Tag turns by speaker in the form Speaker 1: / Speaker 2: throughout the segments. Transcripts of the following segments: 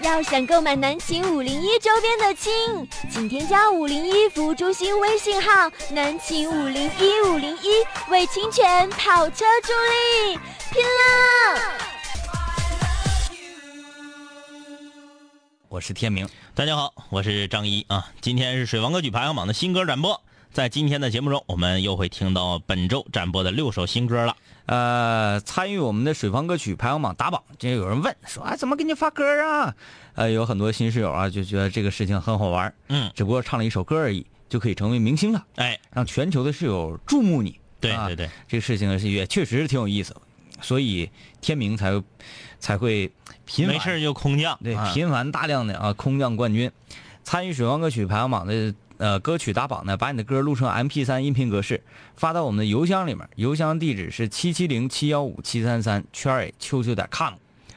Speaker 1: 要想购买南秦五零一周边的亲，请添加五零一服务中心微信号“南秦五零一五零一”，为侵权跑车助力，拼了！
Speaker 2: 我是天明，大家好，我是张一啊。今天是水王歌曲排行榜的新歌展播，在今天的节目中，我们又会听到本周展播的六首新歌了。
Speaker 3: 呃，参与我们的水房歌曲排行榜打榜，这有人问说啊，怎么给你发歌啊？呃，有很多新室友啊，就觉得这个事情很好玩，
Speaker 2: 嗯，
Speaker 3: 只不过唱了一首歌而已，就可以成为明星了，
Speaker 2: 哎，
Speaker 3: 让全球的室友注目你。
Speaker 2: 对
Speaker 3: 啊
Speaker 2: 对对，
Speaker 3: 这个事情是也确实是挺有意思的，所以天明才才会频繁
Speaker 2: 没事就空降，
Speaker 3: 对
Speaker 2: 啊
Speaker 3: 频繁大量的啊空降冠军，参与水王歌曲排行榜的呃歌曲打榜呢，把你的歌录成 M P 3音频格式，发到我们的邮箱里面，邮箱地址是七七零七幺五七三三圈 a 秋秋点 com，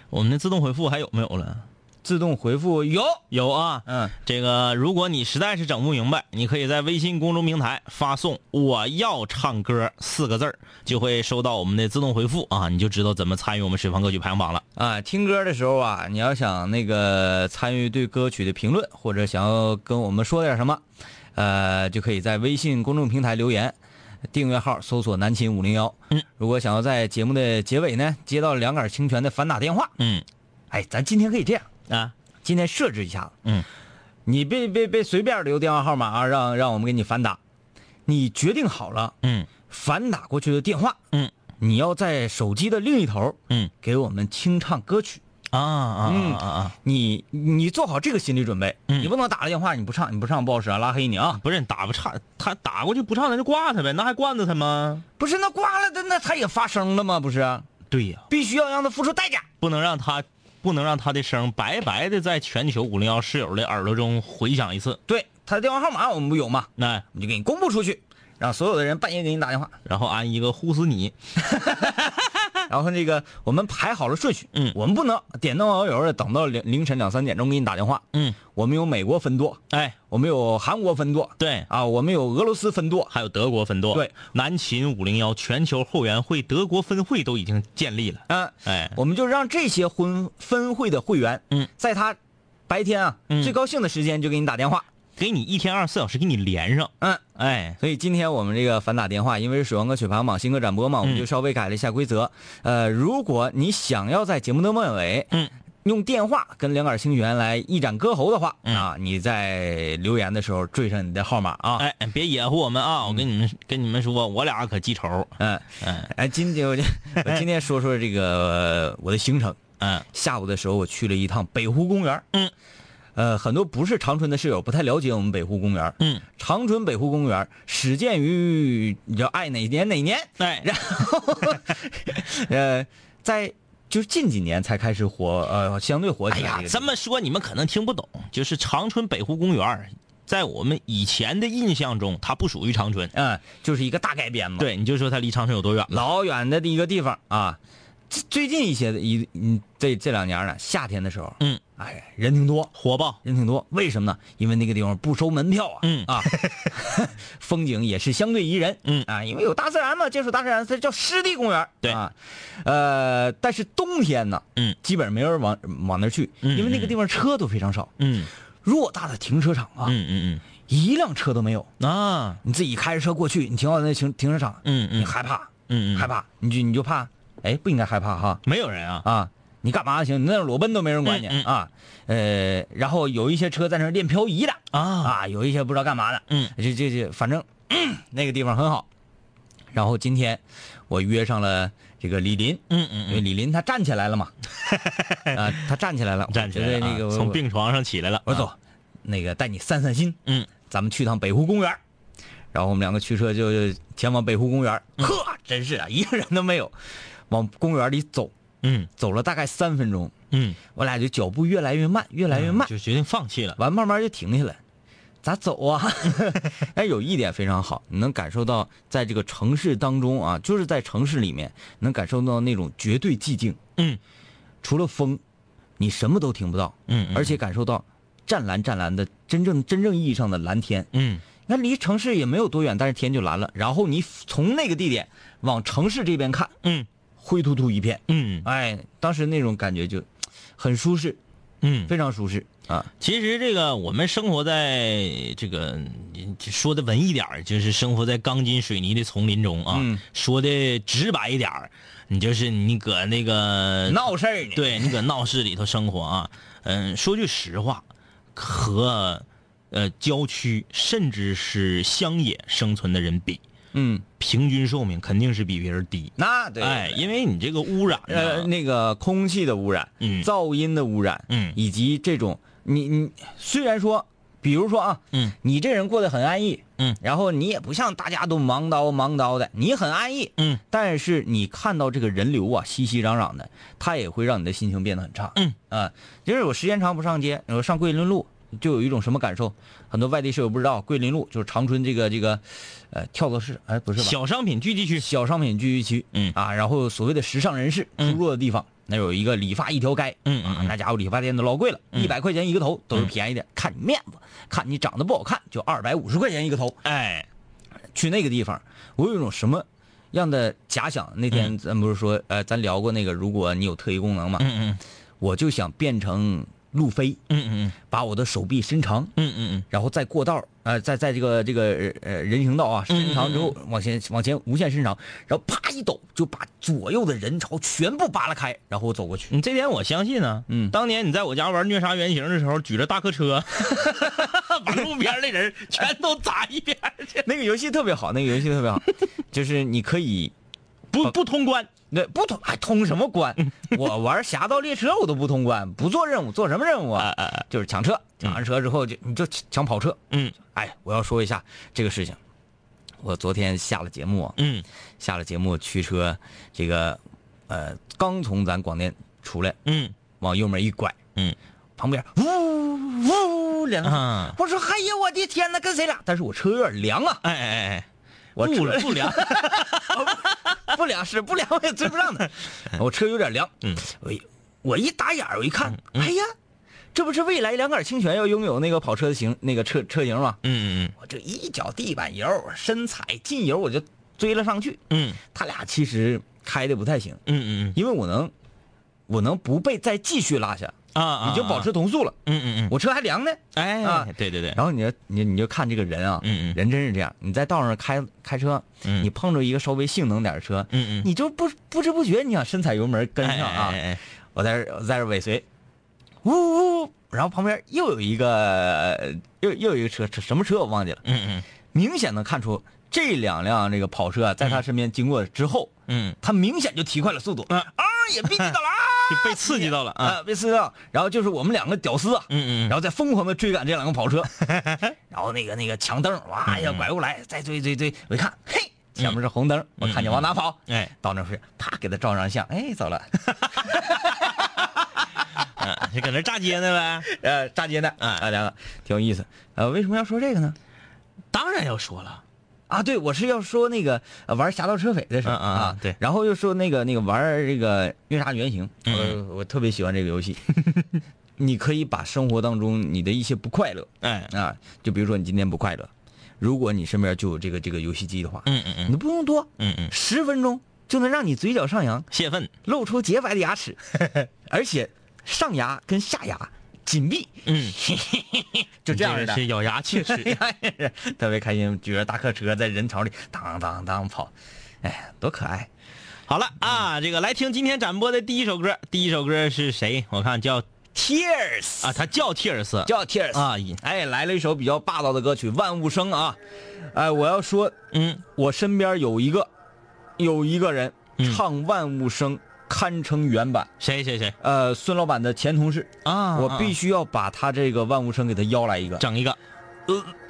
Speaker 2: 我们的自动回复还有没有了？
Speaker 3: 自动回复有，
Speaker 2: 有啊，
Speaker 3: 嗯，
Speaker 2: 这个如果你实在是整不明白，你可以在微信公众平台发送“我要唱歌”四个字儿，就会收到我们的自动回复啊，你就知道怎么参与我们水房歌曲排行榜了。
Speaker 3: 啊，听歌的时候啊，你要想那个参与对歌曲的评论，或者想要跟我们说点什么，呃，就可以在微信公众平台留言，订阅号搜索“南秦五零幺”。
Speaker 2: 嗯，
Speaker 3: 如果想要在节目的结尾呢，接到两杆清泉的反打电话，
Speaker 2: 嗯
Speaker 3: 哎，咱今天可以这样，
Speaker 2: 啊，
Speaker 3: 今天设置一下子，
Speaker 2: 嗯，
Speaker 3: 你别别别随便留电话号码啊，让让我们给你反打，你决定好了
Speaker 2: 嗯
Speaker 3: 反打过去的电话，
Speaker 2: 嗯，
Speaker 3: 你要在手机的另一头
Speaker 2: 嗯
Speaker 3: 给我们清唱歌曲。
Speaker 2: 啊啊啊啊啊！
Speaker 3: 你你做好这个心理准备，
Speaker 2: 嗯
Speaker 3: 你不能打了电话你不唱，你不唱不好使啊，拉黑你啊！
Speaker 2: 不是打不唱，他打过去不唱，咱就挂他呗，那还惯着他吗？
Speaker 3: 不是，那挂了，那那他也发声了吗？不是，
Speaker 2: 对呀、
Speaker 3: 必须要让他付出代价。
Speaker 2: 不能让他，不能让他的声白白的在全球五零幺室友的耳朵中回响一次。
Speaker 3: 对，他的电话号码我们不有吗？
Speaker 2: 那
Speaker 3: 我们就给你公布出去，让所有的人半夜给你打电话。
Speaker 2: 然后安一个呼死你，
Speaker 3: 然后那个我们排好了顺序，
Speaker 2: 嗯
Speaker 3: 我们不能点灯熬油的等到凌凌晨两三点钟给你打电话。
Speaker 2: 嗯，
Speaker 3: 我们有美国分舵，
Speaker 2: 哎，
Speaker 3: 我们有韩国分舵，
Speaker 2: 对，
Speaker 3: 啊，我们有俄罗斯分舵。
Speaker 2: 还有德国分舵，
Speaker 3: 对，
Speaker 2: 南秦五零幺全球后援会德国分会都已经建立了，
Speaker 3: 嗯，
Speaker 2: 哎，
Speaker 3: 我们就让这些婚分会的会员，
Speaker 2: 嗯，
Speaker 3: 在他白天啊、
Speaker 2: 嗯
Speaker 3: 最高兴的时间就给你打电话，
Speaker 2: 给你一天二十四小时给你连上，
Speaker 3: 嗯。
Speaker 2: 哎，
Speaker 3: 所以今天我们这个反打电话，因为是水王歌曲排行榜新歌展播
Speaker 2: 嗯
Speaker 3: 嘛，我们就稍微改了一下规则。呃，如果你想要在节目的末尾，
Speaker 2: 嗯，
Speaker 3: 用电话跟两杆清源来一展歌喉的话，
Speaker 2: 嗯
Speaker 3: 啊，你在留言的时候缀上你的号码啊。
Speaker 2: 哎，别野乎我们啊！我跟你们跟你们说，我俩可记仇，
Speaker 3: 嗯，
Speaker 2: 嗯
Speaker 3: 哎，今天我就我今天说说这个呃我的行程。
Speaker 2: 嗯
Speaker 3: 下午的时候，我去了一趟北湖公园。
Speaker 2: 嗯，
Speaker 3: 呃，很多不是长春的室友不太了解我们北湖公园。
Speaker 2: 嗯，
Speaker 3: 长春北湖公园始建于你知道爱哪年哪年？
Speaker 2: 哎，
Speaker 3: 呃，在就是近几年才开始火，呃，相对火
Speaker 2: 哎
Speaker 3: 起来
Speaker 2: 呀
Speaker 3: 个地方。，
Speaker 2: 这么说你们可能听不懂，就是长春北湖公园，在我们以前的印象中，它不属于长春。
Speaker 3: 嗯，就是一个大改编嘛。，
Speaker 2: 对，你就说它离长春有多远了？
Speaker 3: 老远的一个地方啊。最最近一些的一嗯，这这两年呢，夏天的时候，
Speaker 2: 嗯，
Speaker 3: 哎，人挺多，
Speaker 2: 火爆。
Speaker 3: 人挺多，为什么呢？因为那个地方不收门票啊，
Speaker 2: 嗯
Speaker 3: 啊，风景也是相对宜人，
Speaker 2: 嗯
Speaker 3: 啊，因为有大自然嘛，接触大自然，所以叫湿地公园，
Speaker 2: 对
Speaker 3: 啊，呃，但是冬天呢，
Speaker 2: 嗯，
Speaker 3: 基本没人往往那儿去，
Speaker 2: 嗯
Speaker 3: 因为那个地方车都非常少，
Speaker 2: 嗯
Speaker 3: 偌大的停车场啊，
Speaker 2: 嗯嗯
Speaker 3: 一辆车都没有，
Speaker 2: 嗯啊
Speaker 3: 你自己开着车过去，你停到那停停车场，
Speaker 2: 嗯嗯
Speaker 3: 你害怕，
Speaker 2: 嗯嗯，
Speaker 3: 害怕，你就你就怕，哎，不应该害怕哈，
Speaker 2: 没有人啊？
Speaker 3: 啊，你干嘛行？你那种裸奔都没人管你、
Speaker 2: 嗯嗯
Speaker 3: 啊。呃，然后有一些车在那儿练漂移的
Speaker 2: 啊
Speaker 3: 啊，有一些不知道干嘛的，
Speaker 2: 嗯
Speaker 3: 这这这，反正、嗯那个地方很好。然后今天我约上了这个李林，
Speaker 2: 嗯
Speaker 3: 因为
Speaker 2: 嗯
Speaker 3: 李林他站起来了 嘛，啊，他站起来了，
Speaker 2: 嗯，站起
Speaker 3: 我
Speaker 2: 来
Speaker 3: 觉得
Speaker 2: 了啊
Speaker 3: 那个我
Speaker 2: 从病床上起来了。啊
Speaker 3: 我说走，那个带你散散心，
Speaker 2: 嗯
Speaker 3: 咱们去趟北湖公园。然后我们两个驱车就前往北湖公园，
Speaker 2: 嗯
Speaker 3: 呵，真是啊，一个人都没有。往公园里走，
Speaker 2: 嗯
Speaker 3: 走了大概三分钟，
Speaker 2: 嗯，
Speaker 3: 我俩就脚步越来越慢，越来越慢，
Speaker 2: 就决定放弃了。
Speaker 3: 完慢慢就停下来。咋走啊？ 但有一点非常好，你能感受到在这个城市当中啊，就是在城市里面能感受到那种绝对寂静。
Speaker 2: 嗯，
Speaker 3: 除了风，你什么都听不到，
Speaker 2: 嗯嗯
Speaker 3: 而且感受到湛蓝湛蓝的真正真正意义上的蓝天。
Speaker 2: 嗯
Speaker 3: 那离城市也没有多远，但是天就蓝了。然后你从那个地点往城市这边看，
Speaker 2: 嗯，
Speaker 3: 灰突突一片，
Speaker 2: 嗯
Speaker 3: 哎，当时那种感觉就很舒适，
Speaker 2: 嗯，
Speaker 3: 非常舒适啊。
Speaker 2: 其实这个我们生活在这个说的文艺点儿就是生活在钢筋水泥的丛林中啊。
Speaker 3: 嗯
Speaker 2: 说的直白一点儿你就是你搁那个
Speaker 3: 闹事儿呢，
Speaker 2: 嗯对你搁闹市里头生活啊，嗯，说句实话，和呃郊区甚至是乡野生存的人比，
Speaker 3: 嗯，
Speaker 2: 平均寿命肯定是比别人低。
Speaker 3: 那对，
Speaker 2: 哎，因为你这个污染
Speaker 3: 呃，
Speaker 2: 呢，
Speaker 3: 那个空气的污染，
Speaker 2: 嗯
Speaker 3: 噪音的污染，
Speaker 2: 嗯
Speaker 3: 以及这种你你虽然说，比如说啊，
Speaker 2: 嗯，
Speaker 3: 你这人过得很安逸，
Speaker 2: 嗯，
Speaker 3: 然后你也不像大家都忙叨忙叨的，你很安逸，
Speaker 2: 嗯，
Speaker 3: 但是你看到这个人流啊，熙熙攘攘的，它也会让你的心情变得很差，
Speaker 2: 嗯
Speaker 3: 啊，就是我时间长不上街，我上桂林路。就有一种什么感受？很多外地舍友不知道，桂林路就是长春这个这个，呃，跳蚤市，哎，不是吧？
Speaker 2: 小商品聚集区，
Speaker 3: 小商品聚集区，
Speaker 2: 嗯
Speaker 3: 啊，然后所谓的时尚人士出
Speaker 2: 嗯
Speaker 3: 入的地方，那有一个理发一条街，
Speaker 2: 嗯嗯
Speaker 3: 啊
Speaker 2: 嗯，
Speaker 3: 那家伙理发店都老贵了，一百块钱一个头，都是便宜的，看你面子，看你长得不好看，就二百五十块钱一个头。
Speaker 2: 哎，
Speaker 3: 去那个地方，我有一种什么样的假想？那天咱不是说，呃，咱聊过那个，如果你有特异功能嘛，
Speaker 2: 嗯嗯嗯
Speaker 3: 我就想变成路飞，
Speaker 2: 嗯嗯
Speaker 3: 把我的手臂伸长，
Speaker 2: 嗯嗯嗯，
Speaker 3: 然后再过道，呃，在在这个这个呃人行道啊，伸长之后往前往前无限伸长，然后啪一抖，就把左右的人潮全部扒拉开，然后我走过去。
Speaker 2: 你这点我相信啊。
Speaker 3: 嗯
Speaker 2: 当年你在我家玩虐杀原型的时候，举着大客 车，把路边的人全都砸一边儿去，
Speaker 3: 那个游戏特别好，那个游戏特 别好，就是你可以
Speaker 2: 不不通关。
Speaker 3: 那不通还通什么关？我玩侠盗猎车我都不通关，不做任务做什么任务啊？就是抢车，抢完车之后就你就抢跑车。
Speaker 2: 嗯
Speaker 3: 哎，我要说一下这个事情，我昨天下了节目啊，
Speaker 2: 嗯
Speaker 3: 下了节目驱车，这个呃刚从咱广电出来，
Speaker 2: 嗯
Speaker 3: 往右面一拐，
Speaker 2: 嗯
Speaker 3: 旁边呜呜两个，
Speaker 2: 啊，
Speaker 3: 我说哎呀我的天呐，跟谁俩？但是我车有点凉 啊，
Speaker 2: 哎哎哎，
Speaker 3: 我
Speaker 2: 不
Speaker 3: 车
Speaker 2: 不 凉。
Speaker 3: 不凉是不凉，我也追不上 他，我车有点凉，
Speaker 2: 嗯，
Speaker 3: 我一我一打眼儿我一看，哎呀，这不是未来两杆清泉要拥有那个跑车的型那个车车型吗？
Speaker 2: 嗯嗯
Speaker 3: 我这一脚地板油，深踩进油，我就追了上去。
Speaker 2: 嗯
Speaker 3: 他俩其实开的不太行，
Speaker 2: 嗯嗯
Speaker 3: 因为我能，我能不被再继续拉下，
Speaker 2: 嗯啊，
Speaker 3: 你就保持同速了，
Speaker 2: 嗯嗯嗯，
Speaker 3: 我车还凉呢。
Speaker 2: 哎
Speaker 3: 啊，
Speaker 2: 对对对，
Speaker 3: 然后你就你你就看这个人啊，
Speaker 2: 嗯嗯
Speaker 3: 人真是这样。你在道上开开车，
Speaker 2: 嗯
Speaker 3: 你碰着一个稍微性能点的车，
Speaker 2: 嗯嗯
Speaker 3: 你就不不知不觉你想深踩油门跟上啊。
Speaker 2: 哎哎哎
Speaker 3: 我在这我在这尾随，呜呜呜，然后旁边又有一个呃又又有一个车，车什么车我忘记了，
Speaker 2: 嗯
Speaker 3: 明显能看出这两辆这个跑车啊在他身边经过之后，
Speaker 2: 嗯嗯，
Speaker 3: 他明显就提快了速度，
Speaker 2: 嗯
Speaker 3: 啊也逼近到了啊。
Speaker 2: 就被刺激到了啊。
Speaker 3: 啊，被撕掉。然后就是我们两个屌丝啊，
Speaker 2: 嗯嗯
Speaker 3: 然后再疯狂的追赶这两个跑 车，然后那个那个强灯，哇
Speaker 2: 嗯
Speaker 3: 呀拐过来，再追追追，我一看，嘿，前面是红灯，我看见往哪跑，
Speaker 2: 嗯哎，
Speaker 3: 到那儿是啪给他照张相，哎，走 了，
Speaker 2: 嗯，就搁那炸街呢呗。
Speaker 3: 呃，炸街呢，
Speaker 2: 哎
Speaker 3: 啊，两个挺有意思，呃，为什么要说这个呢？
Speaker 2: 当然要说了，
Speaker 3: 啊，对，我是要说那个、呃玩侠盗车匪的事儿
Speaker 2: 嗯嗯嗯
Speaker 3: 啊，
Speaker 2: 对
Speaker 3: 然后又说那个那个玩这个虐杀原型，呃
Speaker 2: 嗯
Speaker 3: 我我特别喜欢这个游戏， 你可以把生活当中你的一些不快乐，
Speaker 2: 哎，
Speaker 3: 啊，就比如说你今天不快乐，如果你身边就有这个这个游戏机的话，
Speaker 2: 嗯嗯嗯
Speaker 3: 你不用多，
Speaker 2: 嗯嗯，
Speaker 3: 十分钟就能让你嘴角上扬，
Speaker 2: 泄愤。
Speaker 3: 露出洁白的牙 齿，而且上牙跟下牙紧闭，
Speaker 2: 嗯，
Speaker 3: 就这样似的。哎
Speaker 2: 是咬牙 切齿。
Speaker 3: 特别开心，举着大客车在人潮里当当当跑，哎，多可爱！
Speaker 2: 好了啊，这个来听今天展播的第一首歌，第一首歌是谁？我看叫 Tears 啊，它叫 Tears，
Speaker 3: 叫 Tears
Speaker 2: 啊，
Speaker 3: 哎，来了一首比较霸道的歌曲《万物生》啊，哎，我要说，
Speaker 2: 嗯
Speaker 3: 我身边有一个，有一个人
Speaker 2: 嗯
Speaker 3: 唱《万物生》堪称原版。
Speaker 2: 谁谁谁
Speaker 3: 呃，孙老板的前同事，
Speaker 2: 啊？
Speaker 3: 我必
Speaker 2: 须
Speaker 3: 须要把他这个《万物生》给他邀来一个。
Speaker 2: 整一个，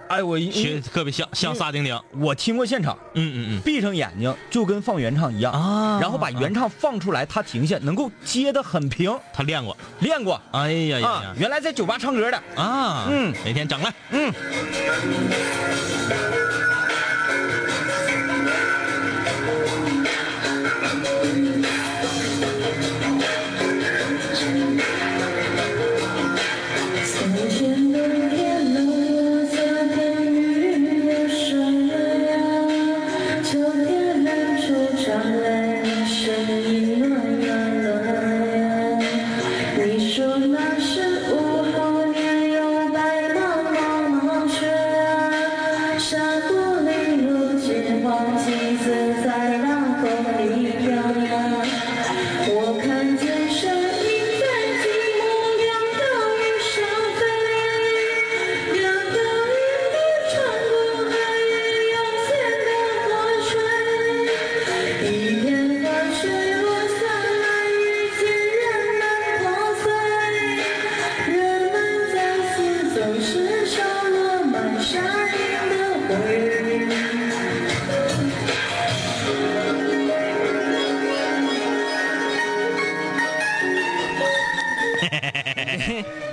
Speaker 3: 哎，我
Speaker 2: 学
Speaker 3: 一嗯
Speaker 2: 特别像像萨顶顶。
Speaker 3: 我听过现场，
Speaker 2: 嗯嗯
Speaker 3: 闭上眼睛就跟放原唱一样
Speaker 2: 嗯啊
Speaker 3: 然后把原唱放出来，他停下，能够接的很平，
Speaker 2: 他练过。
Speaker 3: 练过
Speaker 2: 哎呀呀
Speaker 3: 啊
Speaker 2: 呀，！
Speaker 3: 原来在酒吧唱歌的，
Speaker 2: 啊，
Speaker 3: 嗯
Speaker 2: 哪天整来，
Speaker 3: 嗯，
Speaker 4: 昨天的天冷，我家的雨又生了芽。秋天的初长来的声音，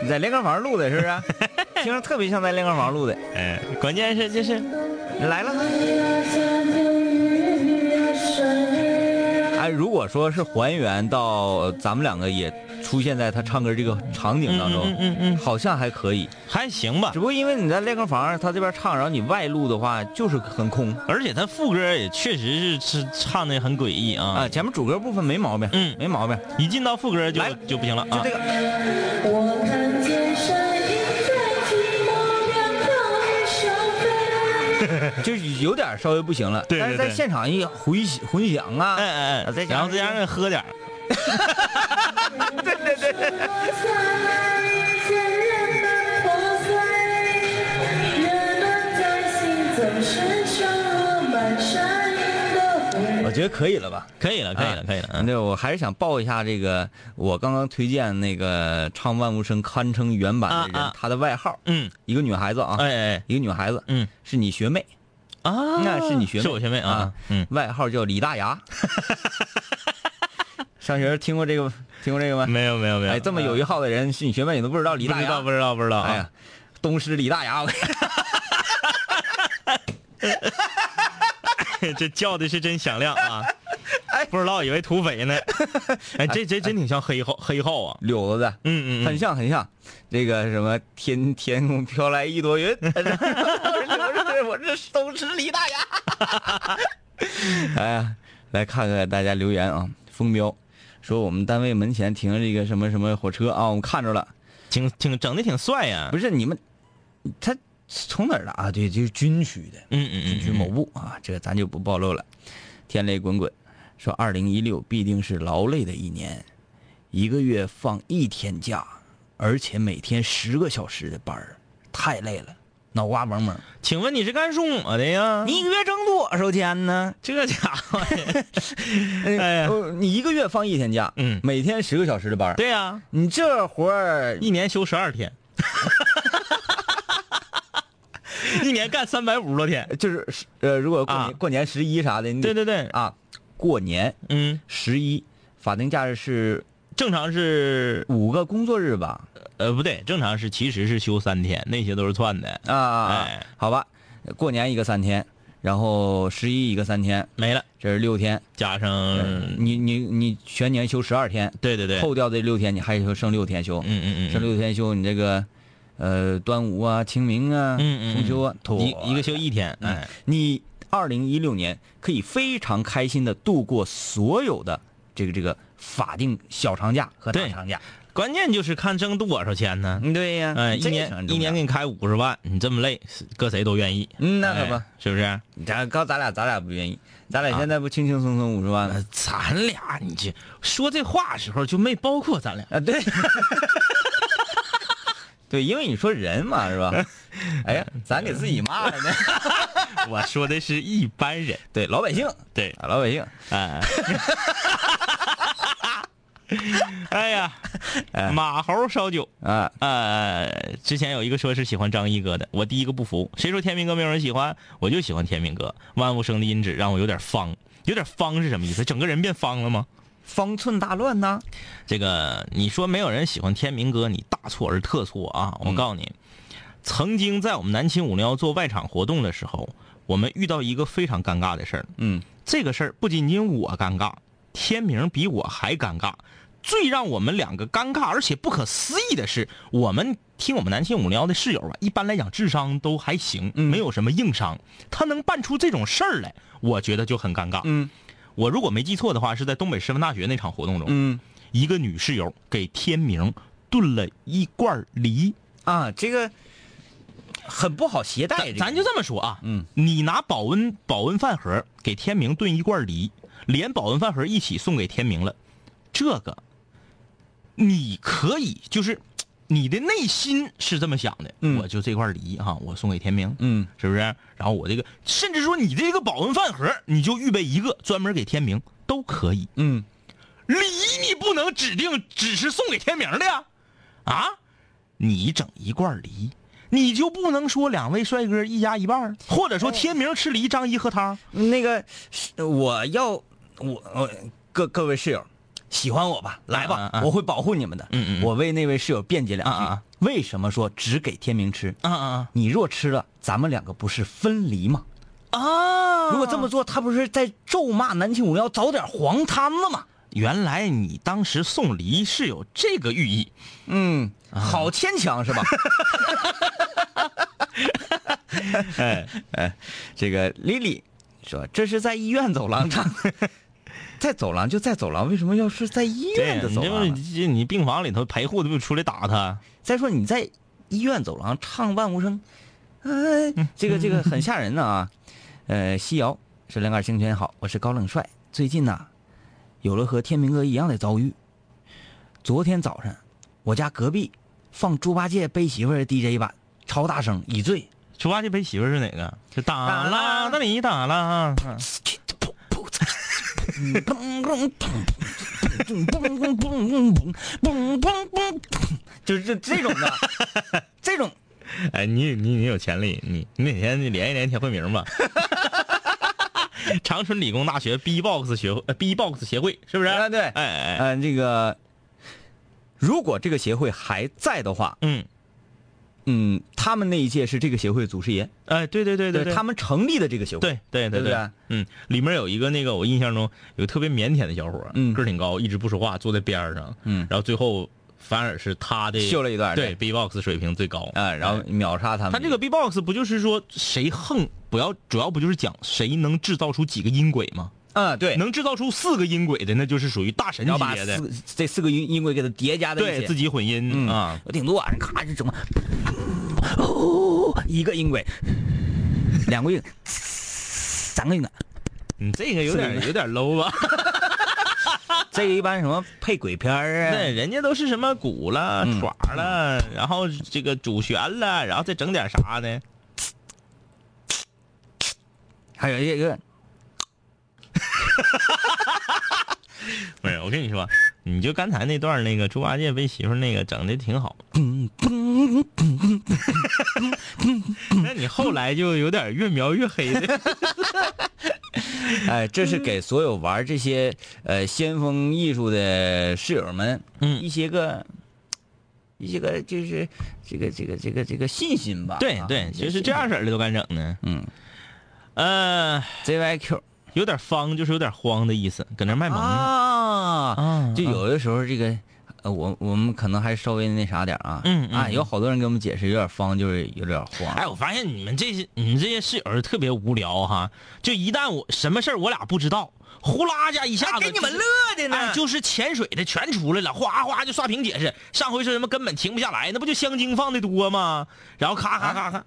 Speaker 3: 你在练歌房录的，是不是？ 听着特别像在练歌房录的。
Speaker 2: 哎，关键是就是
Speaker 3: 来了哈。哎，如果说是还原到呃咱们两个也出现在他唱歌这个场景当中，
Speaker 2: 嗯嗯嗯嗯
Speaker 3: 好像还可以。
Speaker 2: 还行吧
Speaker 3: 只，不过因为你在练歌房，他这边唱，然后你外录的话就是很空
Speaker 2: 而且他副歌也确实是是唱的很诡异啊。
Speaker 3: 啊。前面主歌部分没毛病，
Speaker 2: 嗯
Speaker 3: 没毛病，
Speaker 2: 一进到副歌就
Speaker 3: 来
Speaker 2: 就不行了
Speaker 3: 就
Speaker 2: 啊
Speaker 3: 这！个。
Speaker 4: 我看见山鹰在寂寞两旁燃烧飞。
Speaker 3: 就是有点稍微不行了，
Speaker 2: 对对
Speaker 3: 但是在
Speaker 2: 对
Speaker 3: 现场一回响混响啊，
Speaker 2: 哎哎
Speaker 3: 啊
Speaker 2: 哎
Speaker 3: 再，
Speaker 2: 然后
Speaker 3: 加
Speaker 2: 再加
Speaker 3: 上
Speaker 2: 上喝点
Speaker 3: 啊
Speaker 2: 儿
Speaker 4: 火在人们破碎，人们在行走时烧落满山鹰的灰。
Speaker 3: 我觉得可以了吧？
Speaker 2: 可以了，可以
Speaker 3: 啊
Speaker 2: 了，可以了。嗯
Speaker 3: 对，我还是想报一下这个我刚刚推荐那个唱《万物生》堪称原版的人，
Speaker 2: 啊啊
Speaker 3: 他的外号，
Speaker 2: 嗯，
Speaker 3: 一个女孩子啊，
Speaker 2: 哎哎，
Speaker 3: 一个女孩子，
Speaker 2: 嗯
Speaker 3: 是你学妹，
Speaker 2: 啊，
Speaker 3: 那是你学妹，
Speaker 2: 是我学妹啊
Speaker 3: 啊，，
Speaker 2: 嗯，
Speaker 3: 外号叫李大牙。 上学听过这个听过这个吗？
Speaker 2: 没有没有没有，
Speaker 3: 哎，这么有
Speaker 2: 一
Speaker 3: 一号的人是你学妹，你都不知道李
Speaker 2: 不
Speaker 3: 大
Speaker 2: 知道
Speaker 3: 牙
Speaker 2: 不？知道不知道，啊
Speaker 3: 哎呀，，东施李大牙， 我
Speaker 2: 这叫的是真响亮啊！
Speaker 3: 哎
Speaker 2: 不知道以为土匪呢，哎，这这真挺像黑号黑号啊，
Speaker 3: 柳子的，
Speaker 2: 嗯嗯，
Speaker 3: 很
Speaker 2: 嗯，
Speaker 3: 像很像，这个什么天天空飘来一朵云， 我这我这都是李大牙。 哎呀，来看看大家留言啊，风彪说我们单位门前停着一个什么什么火车啊，我们看着了，
Speaker 2: 挺挺整的挺帅啊呀，
Speaker 3: 不是你们，他从哪儿的啊？对，就是军区的，
Speaker 2: 嗯嗯
Speaker 3: 军
Speaker 2: 嗯
Speaker 3: 区某部啊，这咱就不暴露了。天雷滚滚说，二零一六必定是劳累的一年，一个月放一天假，而且每天十个小时的班儿，太累了，脑瓜嗡嗡。
Speaker 2: 嗯，请问你是干什么的呀？
Speaker 3: 你一个月挣多少钱呢？
Speaker 2: 这家 伙，哎
Speaker 3: 哎
Speaker 2: 呀，
Speaker 3: 你一个月放一天假，
Speaker 2: 嗯
Speaker 3: 每天十个小时的班儿，
Speaker 2: 对呀，
Speaker 3: 你这活儿
Speaker 2: 一年休十 二天，一年干三百五十多天，
Speaker 3: 就是呃，如果过年、
Speaker 2: 啊
Speaker 3: 过年十一啥的，你得
Speaker 2: 对对对，
Speaker 3: 啊，过年
Speaker 2: 嗯，
Speaker 3: 十一法定假日是
Speaker 2: 正常是
Speaker 3: 五个工作日吧？
Speaker 2: 呃不对，正常是其实是休三天，那些都是算的，
Speaker 3: 啊，
Speaker 2: 哎
Speaker 3: 好吧，过年一个三天，然后十一一个三天，
Speaker 2: 没了，
Speaker 3: 这是六天。
Speaker 2: 加
Speaker 3: 呃
Speaker 2: 上
Speaker 3: 你你你全年休十二天，
Speaker 2: 对嗯对对，
Speaker 3: 扣掉这六天，你还有剩六天休。
Speaker 2: 嗯嗯嗯
Speaker 3: 剩
Speaker 2: 嗯，
Speaker 3: 六天休，你这个，呃，端午啊、清明啊、
Speaker 2: 嗯
Speaker 3: 中
Speaker 2: 嗯
Speaker 3: 秋啊，
Speaker 2: 一一个休一天，哎，
Speaker 3: 嗯你二零一六年可以非常开心的度过所有的这个这个法定小长假和大
Speaker 2: 对
Speaker 3: 长假。
Speaker 2: 关键就是看挣多少钱呢？
Speaker 3: 嗯，对呀
Speaker 2: 哎，一
Speaker 3: 这个是很
Speaker 2: 年
Speaker 3: 重
Speaker 2: 一年
Speaker 3: 要
Speaker 2: 给你开五十万，你这么累，是搁谁都愿意。
Speaker 3: 嗯那可不
Speaker 2: 哎是不是？
Speaker 3: 咱刚咱俩咱俩不愿意，咱俩
Speaker 2: 啊
Speaker 3: 现在不轻轻松松五十万了
Speaker 2: 呃咱俩，你这说这话的时候就没包括咱俩。
Speaker 3: 啊，对， 对，因为你说人嘛， 是吧？哎呀，咱给自己骂了呢。
Speaker 2: 我说的是一般人，
Speaker 3: 对，老百姓，
Speaker 2: 对，
Speaker 3: 啊，老百姓，
Speaker 2: 哎，哎呀，马猴烧酒。
Speaker 3: 啊，
Speaker 2: 呃，之前有一个说是喜欢张一哥的，我第一个不服，谁说天明哥没有人喜欢，我就喜欢天明哥。万物生的音质让我有点方，有点方是什么意思？整个人变方了吗？
Speaker 3: 方寸大乱呐。
Speaker 2: 这个你说没有人喜欢天明哥，你大错而特错啊！我告诉你，曾经在我们南秦五零幺做外场活动的时候，我们遇到一个非常尴尬的事儿。
Speaker 3: 嗯，
Speaker 2: 这个事儿不仅仅我尴尬，天明比我还尴尬。最让我们两个尴尬而且不可思议的是，我们听我们南秦五零幺的室友啊，一般来讲智商都还行，
Speaker 3: 嗯
Speaker 2: 没有什么硬伤。他能办出这种事儿来，我觉得就很尴尬。
Speaker 3: 嗯，
Speaker 2: 我如果没记错的话，是在东北师范大学那场活动中，
Speaker 3: 嗯，
Speaker 2: 一个女室友给天明炖了一罐梨。
Speaker 3: 啊，这个很不好携带，这
Speaker 2: 咱
Speaker 3: 个
Speaker 2: 咱就这么说啊，
Speaker 3: 嗯，
Speaker 2: 你拿保温保温饭盒给天明炖一罐梨，连保温饭盒一起送给天明了，这个你可以就是你的内心是这么想的，
Speaker 3: 嗯
Speaker 2: 我就这罐梨哈、我送给天明，
Speaker 3: 嗯，
Speaker 2: 是不是？然后我这个甚至说你这个保温饭盒，你就预备一个专门给天明都可以，
Speaker 3: 嗯，
Speaker 2: 梨你不能指定只是送给天明的呀，啊，你整一罐梨，你就不能说两位帅哥一家一半儿，或者说天明吃梨，张一喝汤，
Speaker 3: 那个是我要我我各各位室友，喜欢我吧，来吧，
Speaker 2: 啊啊啊
Speaker 3: 我会保护你们的。
Speaker 2: 嗯嗯嗯
Speaker 3: 我为那位室友辩解两句，
Speaker 2: 啊啊啊
Speaker 3: 为什么说只给天明吃？
Speaker 2: 啊啊
Speaker 3: 你若吃了，咱们两个不是分离吗？
Speaker 2: 啊！
Speaker 3: 如果这么做，他不是在咒骂南秦五幺早点黄摊子吗？
Speaker 2: 原来你当时送梨是有这个寓意，
Speaker 3: 嗯，好牵强是吧？ 哎哎，这个 Lily 说这是在医院走廊唱， 在走廊就在走廊，为什么要是在医院的
Speaker 2: 你
Speaker 3: 走
Speaker 2: 这不
Speaker 3: 廊呢？
Speaker 2: 这你病房里头陪护的不出来打他？
Speaker 3: 再说你在医院走廊唱万无声，呃，这个这个很吓人的啊。呃，西瑶是两杆清泉好，我是高冷帅。最近呐、有了和天明哥一样的遭遇。昨天早上，我家隔壁放猪八戒背媳妇儿的 DJ 版，超大声，以醉。
Speaker 2: 猪八戒陪媳妇儿是哪个？是打
Speaker 3: 打啦
Speaker 2: 啦，那你打啦。嗯
Speaker 3: 就是这这种的，这种
Speaker 2: 哎，你你你有潜力，你你哪天你联系联系田慧明 吧。长春理工大学 B-box 学会 B-box 协会是不是？
Speaker 3: 啊对
Speaker 2: 哎哎，哎
Speaker 3: 嗯，这个如果这个协会还在的话，
Speaker 2: 嗯，
Speaker 3: 嗯，他们那一届是这个协会的祖师爷，
Speaker 2: 哎，对对对对，
Speaker 3: 他们成立的这个协会，
Speaker 2: 对对
Speaker 3: 对不
Speaker 2: 对
Speaker 3: 对，
Speaker 2: 嗯，里面有一个那个我印象中有个特别腼腆的小伙儿，
Speaker 3: 嗯
Speaker 2: 个儿挺高，一直不说话，坐在边儿上，
Speaker 3: 嗯
Speaker 2: 然后最后反而是他的
Speaker 3: 秀了一段
Speaker 2: 对 B-box 水平最高
Speaker 3: 啊，然后
Speaker 2: 哎
Speaker 3: 秒杀他们。
Speaker 2: 他这个 B-box 不就是说谁横不要，主要不就是讲谁能制造出几个音轨吗？
Speaker 3: 啊，对，
Speaker 2: 能制造出四个音轨的，那就是属于大神
Speaker 3: 然后把
Speaker 2: 级别
Speaker 3: 四
Speaker 2: 的，
Speaker 3: 个这四个音音轨给它叠加在一起，
Speaker 2: 对自己混音
Speaker 3: 嗯
Speaker 2: 啊，，
Speaker 3: 我顶多晚上咔就整，哦，一个音轨，两个音，三个 音轨，
Speaker 2: 你嗯这个有
Speaker 3: 四
Speaker 2: 点
Speaker 3: 个
Speaker 2: 有点 low 啊吧？
Speaker 3: 这个一般什么配鬼片儿啊
Speaker 2: 对，？人家都是什么鼓啦、
Speaker 3: 嗯
Speaker 2: 爪啦，然后这个主旋啦，然后再整点啥的。
Speaker 3: 还有一个
Speaker 2: 不哎是，我跟你说，你就刚才那段那个猪八戒被媳妇儿那个整的挺 好，那你后来就有点越描越黑的。
Speaker 3: 哎，这是给所有玩这些呃先锋艺术的室友们，
Speaker 2: 嗯
Speaker 3: 一些个，一些个就是这个这个这个这个信心吧。
Speaker 2: 对
Speaker 3: 啊
Speaker 2: 对，就是这。样式儿的都敢整呢。
Speaker 3: 嗯
Speaker 2: 呃，
Speaker 3: ，ZYQ
Speaker 2: 有点方就是有点慌的意思，搁那卖萌呢。
Speaker 3: 啊，
Speaker 2: 啊
Speaker 3: 就有的时候这个，呃，我我们可能还稍微那啥点儿啊，
Speaker 2: 嗯嗯
Speaker 3: 啊，有好多人给我们解释，有点方，就是有点慌。
Speaker 2: 哎，我发现你们这些你们这些室友特别无聊哈，就一旦我什么事儿我俩不知道，呼啦一下一下子、
Speaker 3: 还给你们乐的呢
Speaker 2: 哎，就是潜水的全出来了，哗哗就刷屏解释。上回说什么根本停不下来，那不就香精放的多吗？然后咔咔咔咔，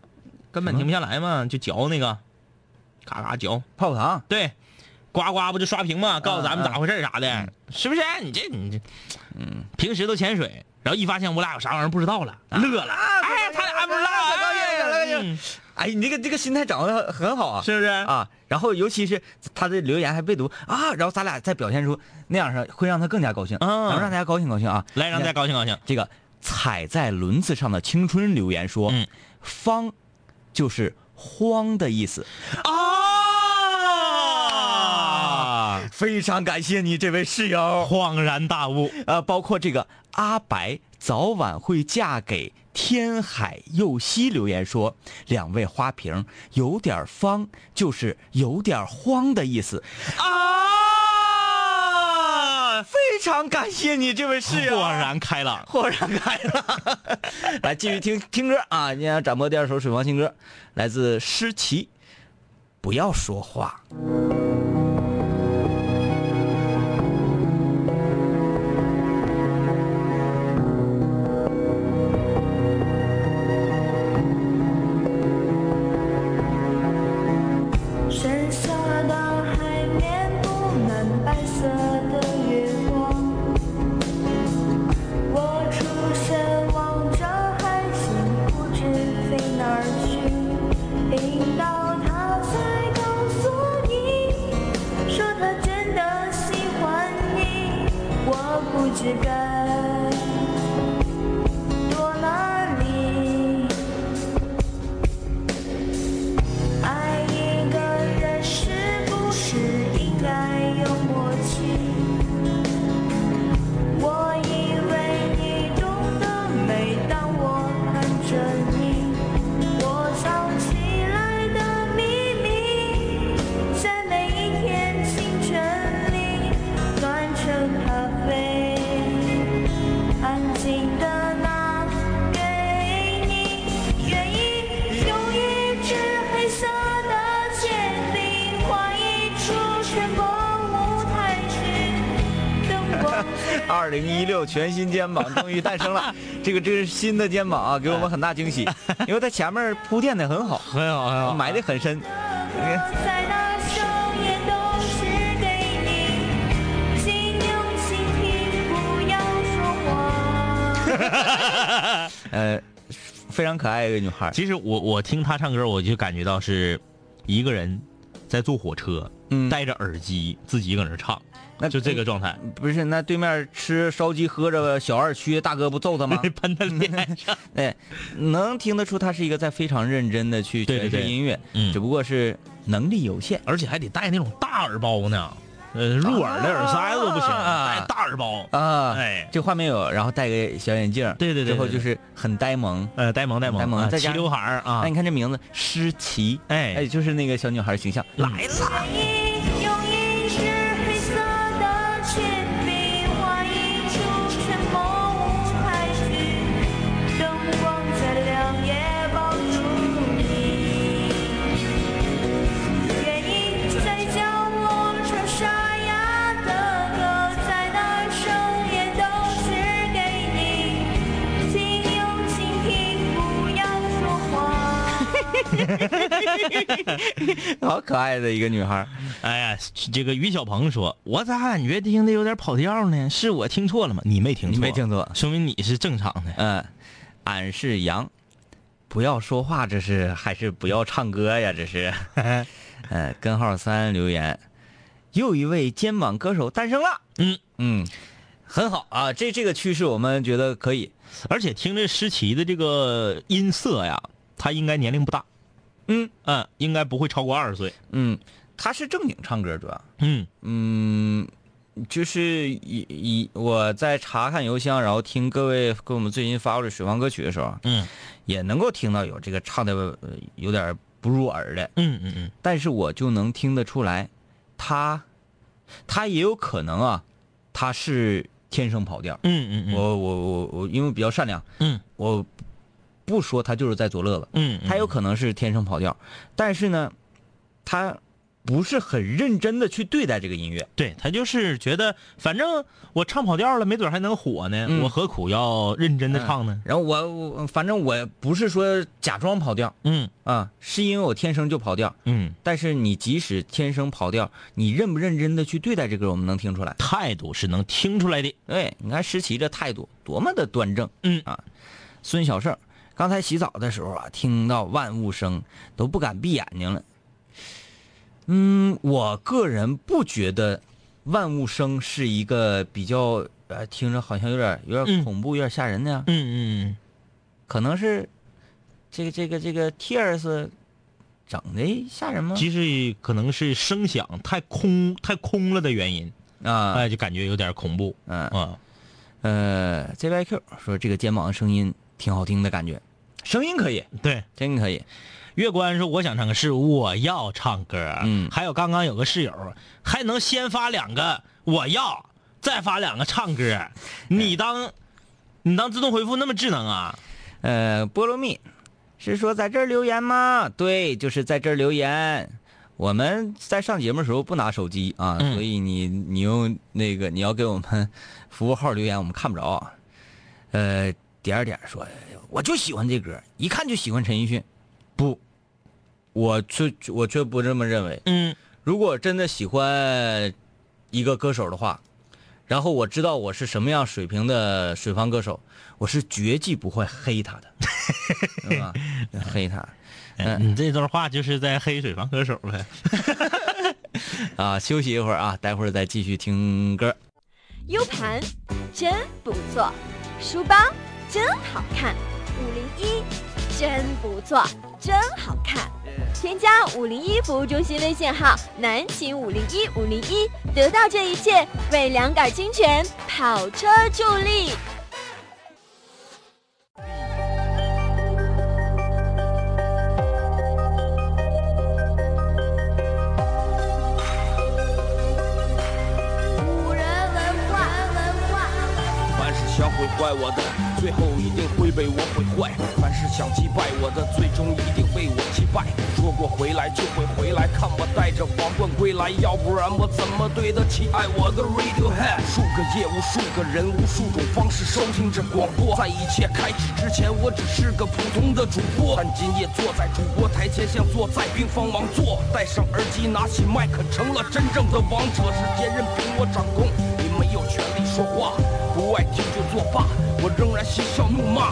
Speaker 2: 根
Speaker 3: 嗯
Speaker 2: 本停不下来嘛，就嚼那个，咔咔嚼。
Speaker 3: 泡泡糖，
Speaker 2: 对，呱呱不就刷屏嘛，告诉咱们
Speaker 3: 啊
Speaker 2: 咋回事儿啥的，是不是？你这你这，嗯，平时都潜水，然后一发现我俩有啥玩意儿不知道了，乐了，哎，他俩不知道，
Speaker 3: 可高兴
Speaker 2: 哎
Speaker 3: 可高兴
Speaker 2: 嗯
Speaker 3: 哎，你这个这个心态掌握的很好啊，
Speaker 2: 是不是？
Speaker 3: 啊，然后尤其是他的留言还被读啊，然后咱俩再表现出那样式儿，会让他更加高兴，
Speaker 2: 嗯
Speaker 3: 咱们让大家高兴高兴啊！
Speaker 2: 来，让大家高兴高兴。
Speaker 3: 这个踩在轮子上的青春留言说，
Speaker 2: 嗯
Speaker 3: 方就是慌的意思。
Speaker 2: 啊！
Speaker 3: 非常感谢你这位室友，
Speaker 2: 恍然大悟，
Speaker 3: 呃，包括这个阿白早晚会嫁给天海佑希留言说，两位花瓶有点方，就是有点慌的意思。
Speaker 2: 啊！
Speaker 3: 非常感谢你这位室友，
Speaker 2: 豁然开朗。
Speaker 3: 豁然开朗。 来，继续听听歌啊！今天展播第二首水房新歌，来自诗琪。不要说话。
Speaker 4: 深色的海面布满白色的月光，我出神望着海星，不知飞哪儿去。听到他在告诉你，说他真的喜欢你，我不知该躲哪里。爱一个人是不是应该有默契？
Speaker 3: 二零一六全新肩 膀终于诞生了，这个这是新的肩膀啊，给我们很大惊喜，
Speaker 2: 哎
Speaker 3: 因为它前面铺垫的很好，
Speaker 2: 很好很好。
Speaker 3: 埋的很深。你看，
Speaker 4: 在那首也都是给你，请用心听，不要说谎。
Speaker 3: 呃，非常可爱一个女孩，
Speaker 2: 其实我我听他唱歌，我就感觉到是一个人在坐火车，
Speaker 3: 嗯
Speaker 2: 戴着耳机自己搁那儿唱，
Speaker 3: 那嗯
Speaker 2: 就这个状态，
Speaker 3: 不是那对面吃烧鸡喝着小二区大哥不揍他吗？
Speaker 2: 喷他脸上。
Speaker 3: 哎，能听得出他是一个在非常认真的去
Speaker 2: 对对
Speaker 3: 诠释
Speaker 2: 对
Speaker 3: 音乐，
Speaker 2: 嗯
Speaker 3: 只不过是能力有限
Speaker 2: 而且还得戴那种大耳包呢，呃，入耳的耳塞子不行，
Speaker 3: 啊
Speaker 2: 戴大耳包。
Speaker 3: 啊。
Speaker 2: 哎
Speaker 3: 这画面有，然后戴个小眼镜儿，
Speaker 2: 对对对对
Speaker 3: 最后就
Speaker 2: 对
Speaker 3: 是很呆萌。
Speaker 2: 呃，呆萌呆萌，
Speaker 3: 呆萌
Speaker 2: 啊
Speaker 3: 再
Speaker 2: 齐
Speaker 3: 加
Speaker 2: 刘海儿啊
Speaker 3: 那你，看这名字诗琪，
Speaker 2: 哎
Speaker 3: 哎，就是那个小女孩形象。
Speaker 2: 来啦！
Speaker 4: 用一支黑色的铅笔画一出权谋牌局，灯光再亮也抱住你。愿意在角落唱沙哑的歌，在那首也都是给你，请用心听，不要说谎。
Speaker 3: 好可爱的一个女孩。
Speaker 2: 哎呀，这个于小鹏说，我咋感觉听的有点跑调呢？是我听错了吗？你没听错，
Speaker 3: 你没听错
Speaker 2: 说明你是正常的。
Speaker 3: 嗯，俺是羊，不要说话，这是还是不要唱歌呀？这 是。呃，根号三留言，又一位肩膀歌手诞生了。
Speaker 2: 嗯
Speaker 3: 嗯，很好啊，这这个趋势我们觉得可以。
Speaker 2: 而且听着诗琪的这个音色呀，她应该年龄不大，
Speaker 3: 嗯
Speaker 2: 嗯，应该不会超过二十岁。
Speaker 3: 嗯，他是正经唱歌主要。
Speaker 2: 嗯
Speaker 3: 嗯，就是以以我在查看邮箱，然后听各位给我们最近发过的水房歌曲的时候，
Speaker 2: 嗯
Speaker 3: 也能够听到有这个唱的呃有点不入耳的，
Speaker 2: 嗯嗯嗯，
Speaker 3: 但是我就能听得出来，他他也有可能啊，他是天生跑调。
Speaker 2: 嗯嗯嗯，
Speaker 3: 我我我我，因为比较善良，
Speaker 2: 嗯
Speaker 3: 我不说他就是在作乐子，
Speaker 2: 嗯，
Speaker 3: 他有可能是天生跑调，但是呢，他不是很认真的去对待这个音乐。
Speaker 2: 对他就是觉得，反正我唱跑调了，没准还能火呢，
Speaker 3: 嗯
Speaker 2: 我何苦要认真的唱呢？
Speaker 3: 然后我我反正我不是说假装跑调
Speaker 2: 嗯
Speaker 3: 啊，是因为我天生就跑调。
Speaker 2: 嗯，
Speaker 3: 但是你即使天生跑调，你认不认真的去对待这歌，我们能听出来。
Speaker 2: 态度是能听出来的。
Speaker 3: 哎，你看诗琪这态度多么的端正。
Speaker 2: 嗯
Speaker 3: 啊，孙小胜刚才洗澡的时候啊，听到万物生都不敢闭眼睛了。嗯，我个人不觉得万物生是一个比较呃，听着好像有点有点
Speaker 2: 嗯
Speaker 3: 恐怖、有点吓人的呀。
Speaker 2: 嗯嗯
Speaker 3: 可能是这个这个这个 Tears 整的吓人吗
Speaker 2: 嗯，？其实可能是声响太空太空了的原因，
Speaker 3: 啊，
Speaker 2: 哎，就感觉有点恐怖。
Speaker 3: 嗯
Speaker 2: 啊，
Speaker 3: 呃，JYQ 说这个肩膀的声音挺好听的感觉，声音可以，
Speaker 2: 对，
Speaker 3: 真可以。
Speaker 2: 月关说我想唱歌，是我要唱歌。
Speaker 3: 嗯
Speaker 2: 还有刚刚有个室友还能先发两个我要，再发两个唱歌，
Speaker 3: 哎
Speaker 2: 你当你当自动回复那么智能啊？
Speaker 3: 呃，菠萝蜜是说在这儿留言吗？对，就是在这儿留言。我们在上节目的时候不拿手机啊，
Speaker 2: 嗯
Speaker 3: 所以你你用那个你要给我们服务号留言，我们看不着啊。呃，点儿点儿说，我就喜欢这歌，一看就喜欢陈奕迅。不，我却我却不这么认为。
Speaker 2: 嗯
Speaker 3: 如果真的喜欢一个歌手的话，然后我知道我是什么样水平的水房歌手，我是绝技不会黑他的，是吧？黑他嗯
Speaker 2: 哎你这段话就是在黑水房歌手呗。
Speaker 3: 啊！休息一会儿啊，待会儿再继续听歌。
Speaker 1: ，U 盘真不错，书包真好看，五零一真不错，真好看。添加五零一服务中心微信号南秦五零一五零一，得到这一切，为两杆清泉跑车助力。
Speaker 4: 古人文化，文化。
Speaker 5: 凡是想毁怪我的，最后一定会被我毁坏。凡是想击败我的，最终一定被我击败。说过回来就会回来，看我带着王冠归来，要不然我怎么对得起爱我的 Radiohead？数个夜，无数个人，无数种方式收听着广播。在一切开始之前，我只是个普通的主播，但今夜坐在主播台前，像坐在冰方王座。戴上耳机，拿起麦克，成了真正的王者。时间任凭我掌控，你没有权利说话，不爱听就作罢。我仍然嬉笑怒骂，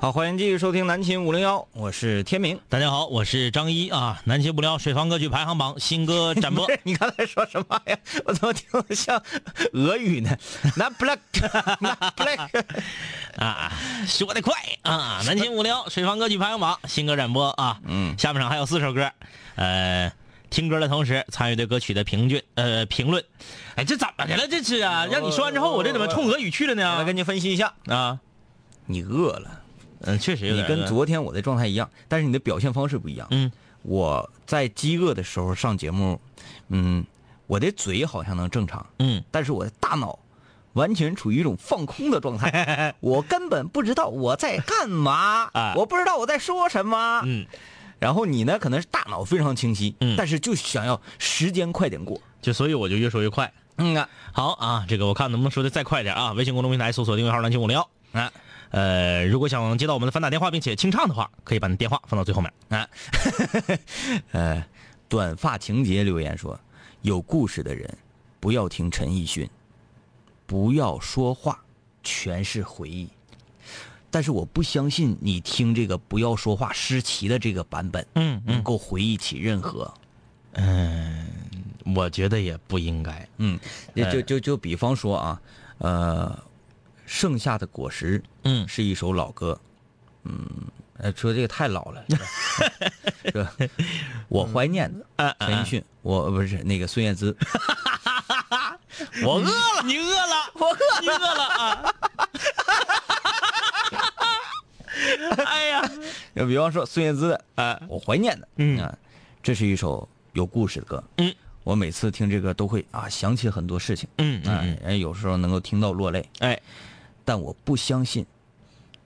Speaker 3: 好，欢迎继续收听南秦五零幺，我是天明。。
Speaker 2: 大家好，我是张一啊，南秦不聊水房歌曲排行榜新歌展播
Speaker 3: 你刚才说什么呀？我怎么听着像俄语呢？那 black，那 black，
Speaker 2: 啊，说得快啊！南秦五零水房歌曲排行榜新歌展播啊，嗯，下半场还有四首歌，呃，听歌的同时参与对歌曲的评论，呃，评论。哎，这怎么的了？这是啊，让你说完之后，我这怎么冲俄语去了
Speaker 3: 我来
Speaker 2: 呢？
Speaker 3: 跟你分析一下。
Speaker 2: 啊，
Speaker 3: 你饿了，
Speaker 2: 嗯，确实有
Speaker 3: 你
Speaker 2: 点。
Speaker 3: 跟昨天我的状态一样，但是你的表现方式不一样。
Speaker 2: 嗯，
Speaker 3: 我在饥饿的时候上节目，嗯，我的嘴好像能正常，
Speaker 2: 嗯
Speaker 3: 但是我的大脑完全处于一种放空的状 态，我根本不知道我在干嘛，
Speaker 2: 啊
Speaker 3: 我不知道我在说什么。
Speaker 2: 嗯，
Speaker 3: 然后你呢，可能是大脑非常清晰，
Speaker 2: 嗯
Speaker 3: 但是就想要时间快点过。
Speaker 2: 就所以我就越说越快。
Speaker 3: 嗯啊，
Speaker 2: 好啊，这个我看能不能说的再快点啊！微信公众平台搜索订阅号“南秦五零幺”。
Speaker 3: 嗯
Speaker 2: 啊，呃，如果想接到我们的反打电话并且清唱的话，可以把你电话放到最后面。
Speaker 3: 啊， 呃，短发情节留言说，有故事的人不要听陈奕迅，不要说话，全是回忆。但是我不相信你听这个不要说话诗琪的这个版本，
Speaker 2: 嗯
Speaker 3: 能够回忆起任何，
Speaker 2: 我觉得也不应该。
Speaker 3: 嗯，就
Speaker 2: 哎
Speaker 3: 就就就比方说啊，呃，盛夏的果实，
Speaker 2: 嗯
Speaker 3: 是一首老歌，嗯，呃，说这个太老 了，是吧是吧？我怀念
Speaker 2: 嗯啊
Speaker 3: 的陈奕迅，我不是那个孙燕 姿，
Speaker 2: 我饿了，嗯你饿了，我饿了，你饿了啊！ 哎呀，
Speaker 3: 就比方说孙燕姿的，
Speaker 2: 啊，
Speaker 3: 我怀念的，
Speaker 2: 嗯
Speaker 3: 啊，这是一首有故事的歌，
Speaker 2: 嗯，
Speaker 3: 我每次听这个都会啊想起很多事情，
Speaker 2: 嗯
Speaker 3: 啊，哎有时候能够听到落泪，
Speaker 2: 哎，
Speaker 3: 但我不相信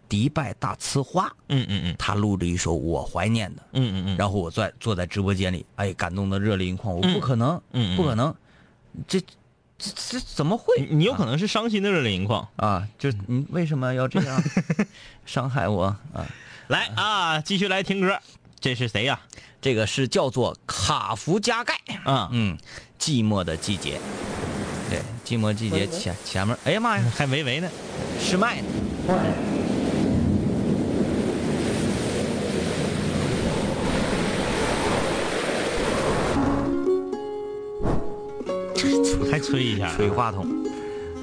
Speaker 3: 迪拜大呲花，
Speaker 2: 嗯嗯嗯
Speaker 3: 他录了一首我怀念的，
Speaker 2: 嗯嗯嗯，
Speaker 3: 然后我在坐在直播间里，哎，感动的热泪盈眶，我不可能，
Speaker 2: 嗯嗯嗯
Speaker 3: 不可能，这这这怎么会？
Speaker 2: 你你有可能是伤心的热泪盈眶。
Speaker 3: 啊，就你为什么要这 样伤害我啊？
Speaker 2: 来啊，继续来听歌，这是谁呀？
Speaker 3: 这个是叫做卡夫加盖，
Speaker 2: 啊，
Speaker 3: 嗯，寂寞的季节，对，寂寞季节前前面，哎呀妈呀，
Speaker 2: 还维维呢。
Speaker 3: 是麦呢，
Speaker 2: 还吹一下，啊
Speaker 3: 吹话筒，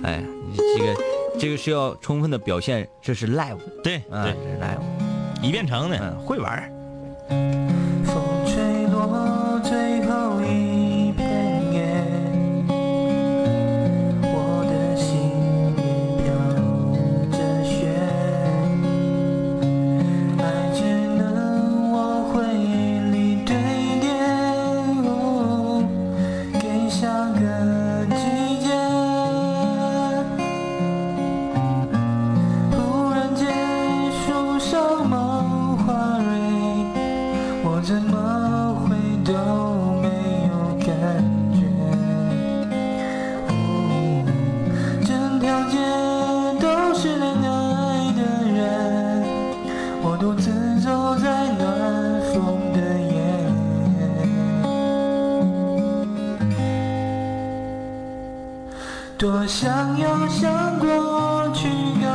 Speaker 3: 哎，你这个这个是要充分的表现，这是 live，
Speaker 2: 对
Speaker 3: 啊，
Speaker 2: 对，
Speaker 3: 这是 live，
Speaker 2: 一变成的，
Speaker 3: 嗯，会玩儿。
Speaker 6: 风吹落最后一片叶，我的心也飘着雪。爱只能往回忆里堆叠，给下个季节。忽然间，树上某花蕊。我怎么会都没有感觉？哦，整条街都是恋爱的人，我独自走在暖风的夜。多想要向过去告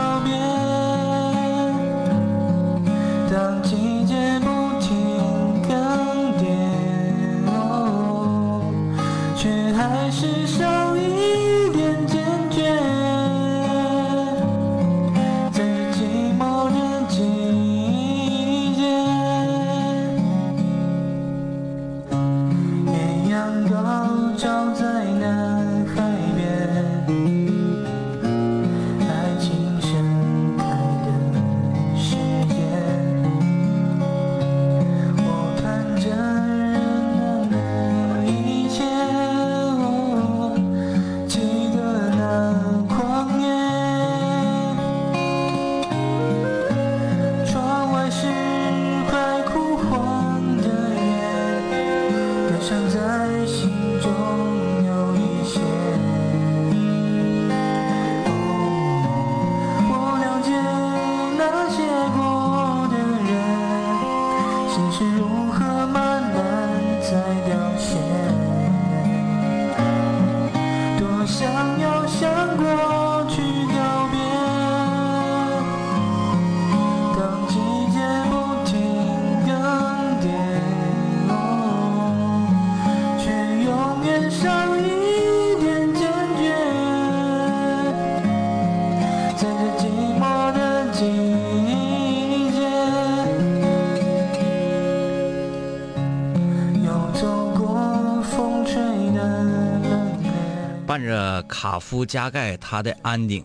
Speaker 3: 着卡夫加盖他的安顶，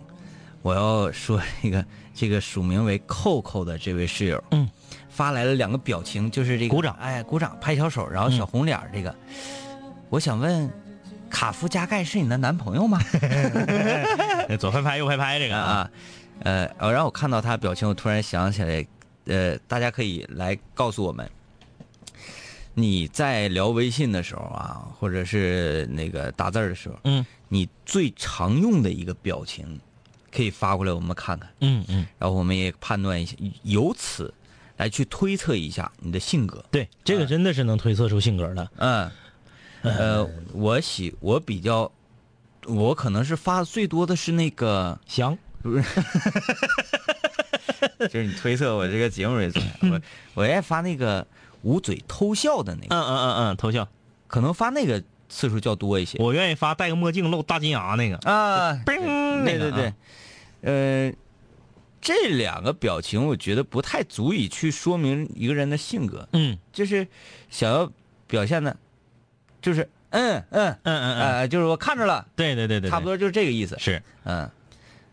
Speaker 3: 我要说一个 这个署名为扣扣的这位室友，
Speaker 2: 嗯，
Speaker 3: 发来了两个表情，就是这个
Speaker 2: 鼓掌嗯
Speaker 3: 哎，鼓掌，拍小手，然后小红脸儿这个，我想问，卡夫加盖是你的男朋友吗？
Speaker 2: 哎左拍拍右拍拍这个
Speaker 3: 啊
Speaker 2: 啊，
Speaker 3: 啊，呃，呃让我看到他的表情，我突然想起来，呃，大家可以来告诉我们，你在聊微信的时候啊，或者是那个打字儿的时候，
Speaker 2: 嗯
Speaker 3: 你最常用的一个表情，可以发过来我们看看，
Speaker 2: 嗯嗯，
Speaker 3: 然后我们也判断一下，由此来去推测一下你的性格。
Speaker 2: 对，这个真的是能推测出性格的。
Speaker 3: 嗯，呃，我喜我比较，我可能是发的最多的是那个。
Speaker 2: 行，
Speaker 3: 就是你推测我这个节目为准，我我爱发那个捂嘴偷笑的那个，
Speaker 2: 嗯嗯嗯嗯，头像，
Speaker 3: 可能发那个次数较多一些
Speaker 2: 我愿意发戴个墨镜露大金牙那个。
Speaker 3: 啊。
Speaker 2: 嘣
Speaker 3: 对
Speaker 2: 那
Speaker 3: 对
Speaker 2: 个啊
Speaker 3: 对，呃，这两个表情我觉得不太足以去说明一个人的性格，
Speaker 2: 嗯
Speaker 3: 就是想要表现的，就是嗯嗯
Speaker 2: 嗯嗯嗯，
Speaker 3: 呃，就是我看着了，
Speaker 2: 对对对对，
Speaker 3: 差不
Speaker 2: 多
Speaker 3: 多就是这个意思。
Speaker 2: 是
Speaker 3: 嗯，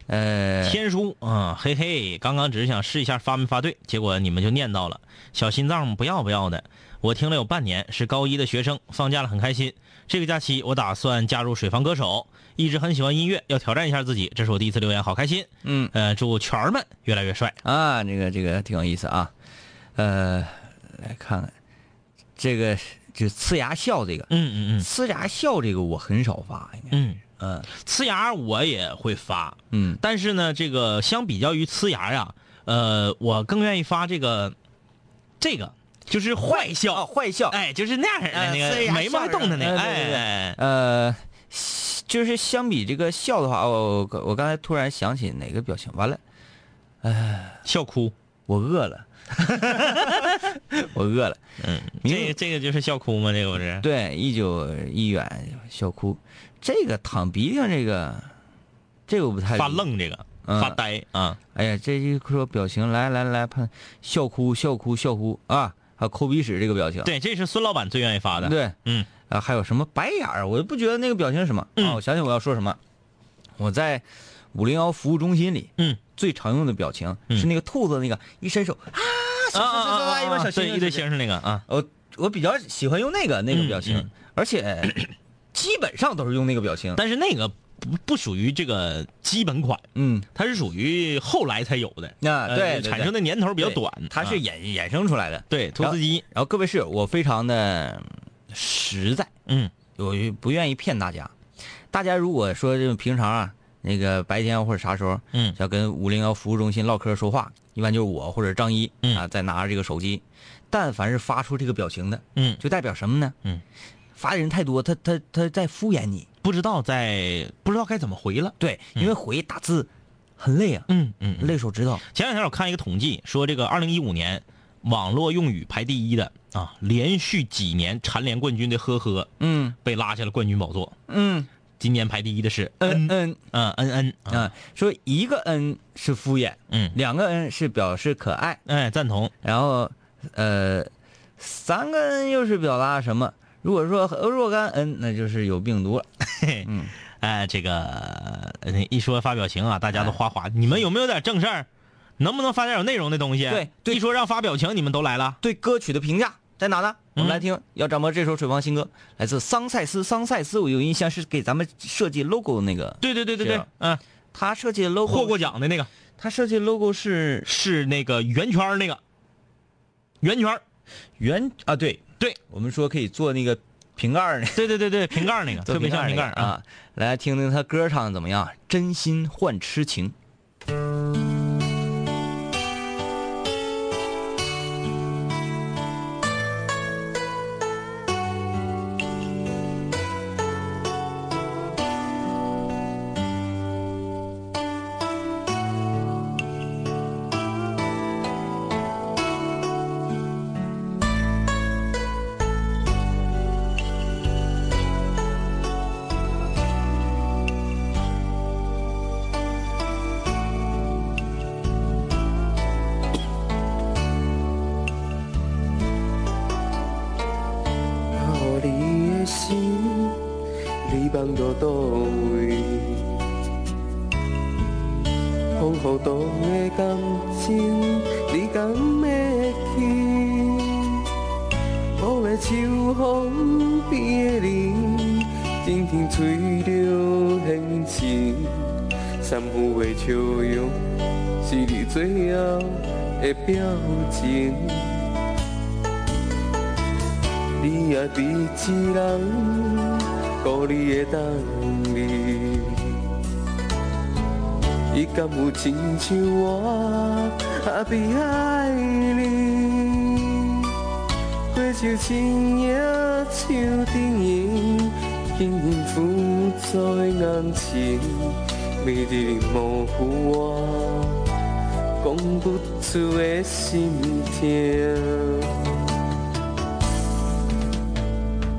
Speaker 3: 呃，
Speaker 2: 天书啊、嘿嘿，刚刚只是想试一下发没发对，结果你们就念叨了，小心脏不要不要的。我听了有半年，是高一的学生，放假了很开心。这个假期我打算加入水房歌手，一直很喜欢音乐，要挑战一下自己。这是我第一次留言，好开心。
Speaker 3: 嗯
Speaker 2: 呃，祝全儿们越来越帅。
Speaker 3: 啊，这个这个挺有意思啊，呃，来看看这个就呲牙笑这个，
Speaker 2: 嗯嗯
Speaker 3: 呲牙笑这个我很少发，应该是，
Speaker 2: 嗯
Speaker 3: 嗯
Speaker 2: 嗯，呲牙我也会发，
Speaker 3: 嗯
Speaker 2: 但是呢，这个相比较于呲牙呀，呃，我更愿意发这个，这个就是坏笑，
Speaker 3: 啊，坏笑，
Speaker 2: 哎，就是那样式的
Speaker 3: 哎
Speaker 2: 那
Speaker 3: 呲
Speaker 2: 个
Speaker 3: 牙
Speaker 2: 眉毛还动的那
Speaker 3: 笑
Speaker 2: 个，
Speaker 3: 着哎对对对
Speaker 2: 哎，
Speaker 3: 呃，就是相比这个笑的话，哦，我刚我刚才突然想起哪个表情，完了，
Speaker 2: 笑哭，
Speaker 3: 我饿了， 我饿了，
Speaker 2: 嗯，
Speaker 3: 明
Speaker 2: 这个这个就是笑哭吗？这个不是，
Speaker 3: 对，一九一远笑哭，这个淌鼻涕这个，这个我不太
Speaker 2: 发
Speaker 3: 理解
Speaker 2: 愣这个，
Speaker 3: 嗯
Speaker 2: 发呆啊，
Speaker 3: 哎呀，这一说表情，来来来，判笑哭笑哭笑哭啊！还有抠鼻屎这个表情，
Speaker 2: 对，这是孙老板最愿意发的，
Speaker 3: 对
Speaker 2: 嗯
Speaker 3: 啊，还有什么白眼儿，我都不觉得那个表情是什么、啊！我想想我要说什么，我在五零幺服务中心里
Speaker 2: 嗯，
Speaker 3: 最常用的表情
Speaker 2: 嗯
Speaker 3: 是那个兔子那个一伸手啊，
Speaker 2: 啊啊啊啊
Speaker 3: 一帮小
Speaker 2: 啊，
Speaker 3: 星
Speaker 2: 对，
Speaker 3: 星
Speaker 2: 一堆星星那个啊，
Speaker 3: 我我比较喜欢用那个那个表情，
Speaker 2: 嗯嗯
Speaker 3: 而且基本上都是用那个表情，
Speaker 2: 但是那个不不属于这个基本款，
Speaker 3: 嗯，
Speaker 2: 它是属于后来才有的，
Speaker 3: 啊
Speaker 2: 呃
Speaker 3: 对对对
Speaker 2: 产生的年头比较
Speaker 3: 对
Speaker 2: 短，
Speaker 3: 它是
Speaker 2: 啊
Speaker 3: 衍衍生出来的。
Speaker 2: 对兔子机，
Speaker 3: 然后各位室友，我非常的实在。
Speaker 2: 嗯
Speaker 3: 我就不愿意骗大家。大家如果说这平常啊，那个白天或者啥时候，
Speaker 2: 嗯
Speaker 3: 要跟五零幺服务中心唠嗑说话，一般就是我或者张一
Speaker 2: 嗯
Speaker 3: 啊，在拿着这个手机，但凡是发出这个表情的，
Speaker 2: 嗯，
Speaker 3: 就代表什么呢？
Speaker 2: 嗯，
Speaker 3: 发的人太多，他他他在敷衍你，
Speaker 2: 不知道在不知道该怎么回了，
Speaker 3: 对，因为回打字很累啊，
Speaker 2: 嗯嗯嗯
Speaker 3: 累手指头，
Speaker 2: 前两天我看一个统计，说这个二零一五年网络用语排第一的啊，连续几年蝉联冠军的呵呵
Speaker 3: 嗯
Speaker 2: 被拉下了冠军宝座。
Speaker 3: 嗯
Speaker 2: 今年排第一的是
Speaker 3: 嗯
Speaker 2: N，
Speaker 3: 嗯
Speaker 2: 嗯，N N，
Speaker 3: 啊，说一个嗯是敷衍，
Speaker 2: 嗯
Speaker 3: 两个嗯是表示可爱，
Speaker 2: 哎，赞同，
Speaker 3: 然后呃，三个 N 又是表达什么？如果说呃若干 N，那就是有病毒了。
Speaker 2: 哎，这个呃一说发表情啊，大家都哗哗。你们有没有点正事儿？能不能发点有内容的东西？啊
Speaker 3: 对对
Speaker 2: 一说让发表情，你们都来了。
Speaker 3: 对歌曲的评价在哪呢？我们
Speaker 2: 嗯
Speaker 3: 来听，要掌握这首水房新歌，来自桑塞斯。桑塞斯，我有印象是给咱们设计 logo 的那个，
Speaker 2: 对对对对对
Speaker 3: 是，
Speaker 2: 嗯，
Speaker 3: 他设计的 logo，
Speaker 2: 获过奖的那个
Speaker 3: 他设计 logo 是
Speaker 2: 是那个圆圈儿那个，圆圈儿，
Speaker 3: 圆啊，对
Speaker 2: 对，
Speaker 3: 我们说可以做那个瓶盖儿呢，
Speaker 2: 对对 对对，瓶盖儿那个， 特别像
Speaker 3: 瓶
Speaker 2: 瓶
Speaker 3: 盖儿
Speaker 2: 盖儿嗯
Speaker 3: 那个。啊。来听听他歌唱的怎么样，《真心换痴情》。
Speaker 7: 我的心，你放到倒位？
Speaker 6: 無道嘅今天，你緊咩天？無奈潮紅變臉，今天吹了輕淺，珊瑚的笑容是你最後的表情。你也伫一人，孤你的等你。伊敢有亲像我，啊被爱你？过手青叶像灯影，轻轻浮在眼前，每日模糊我，讲不出的心痛。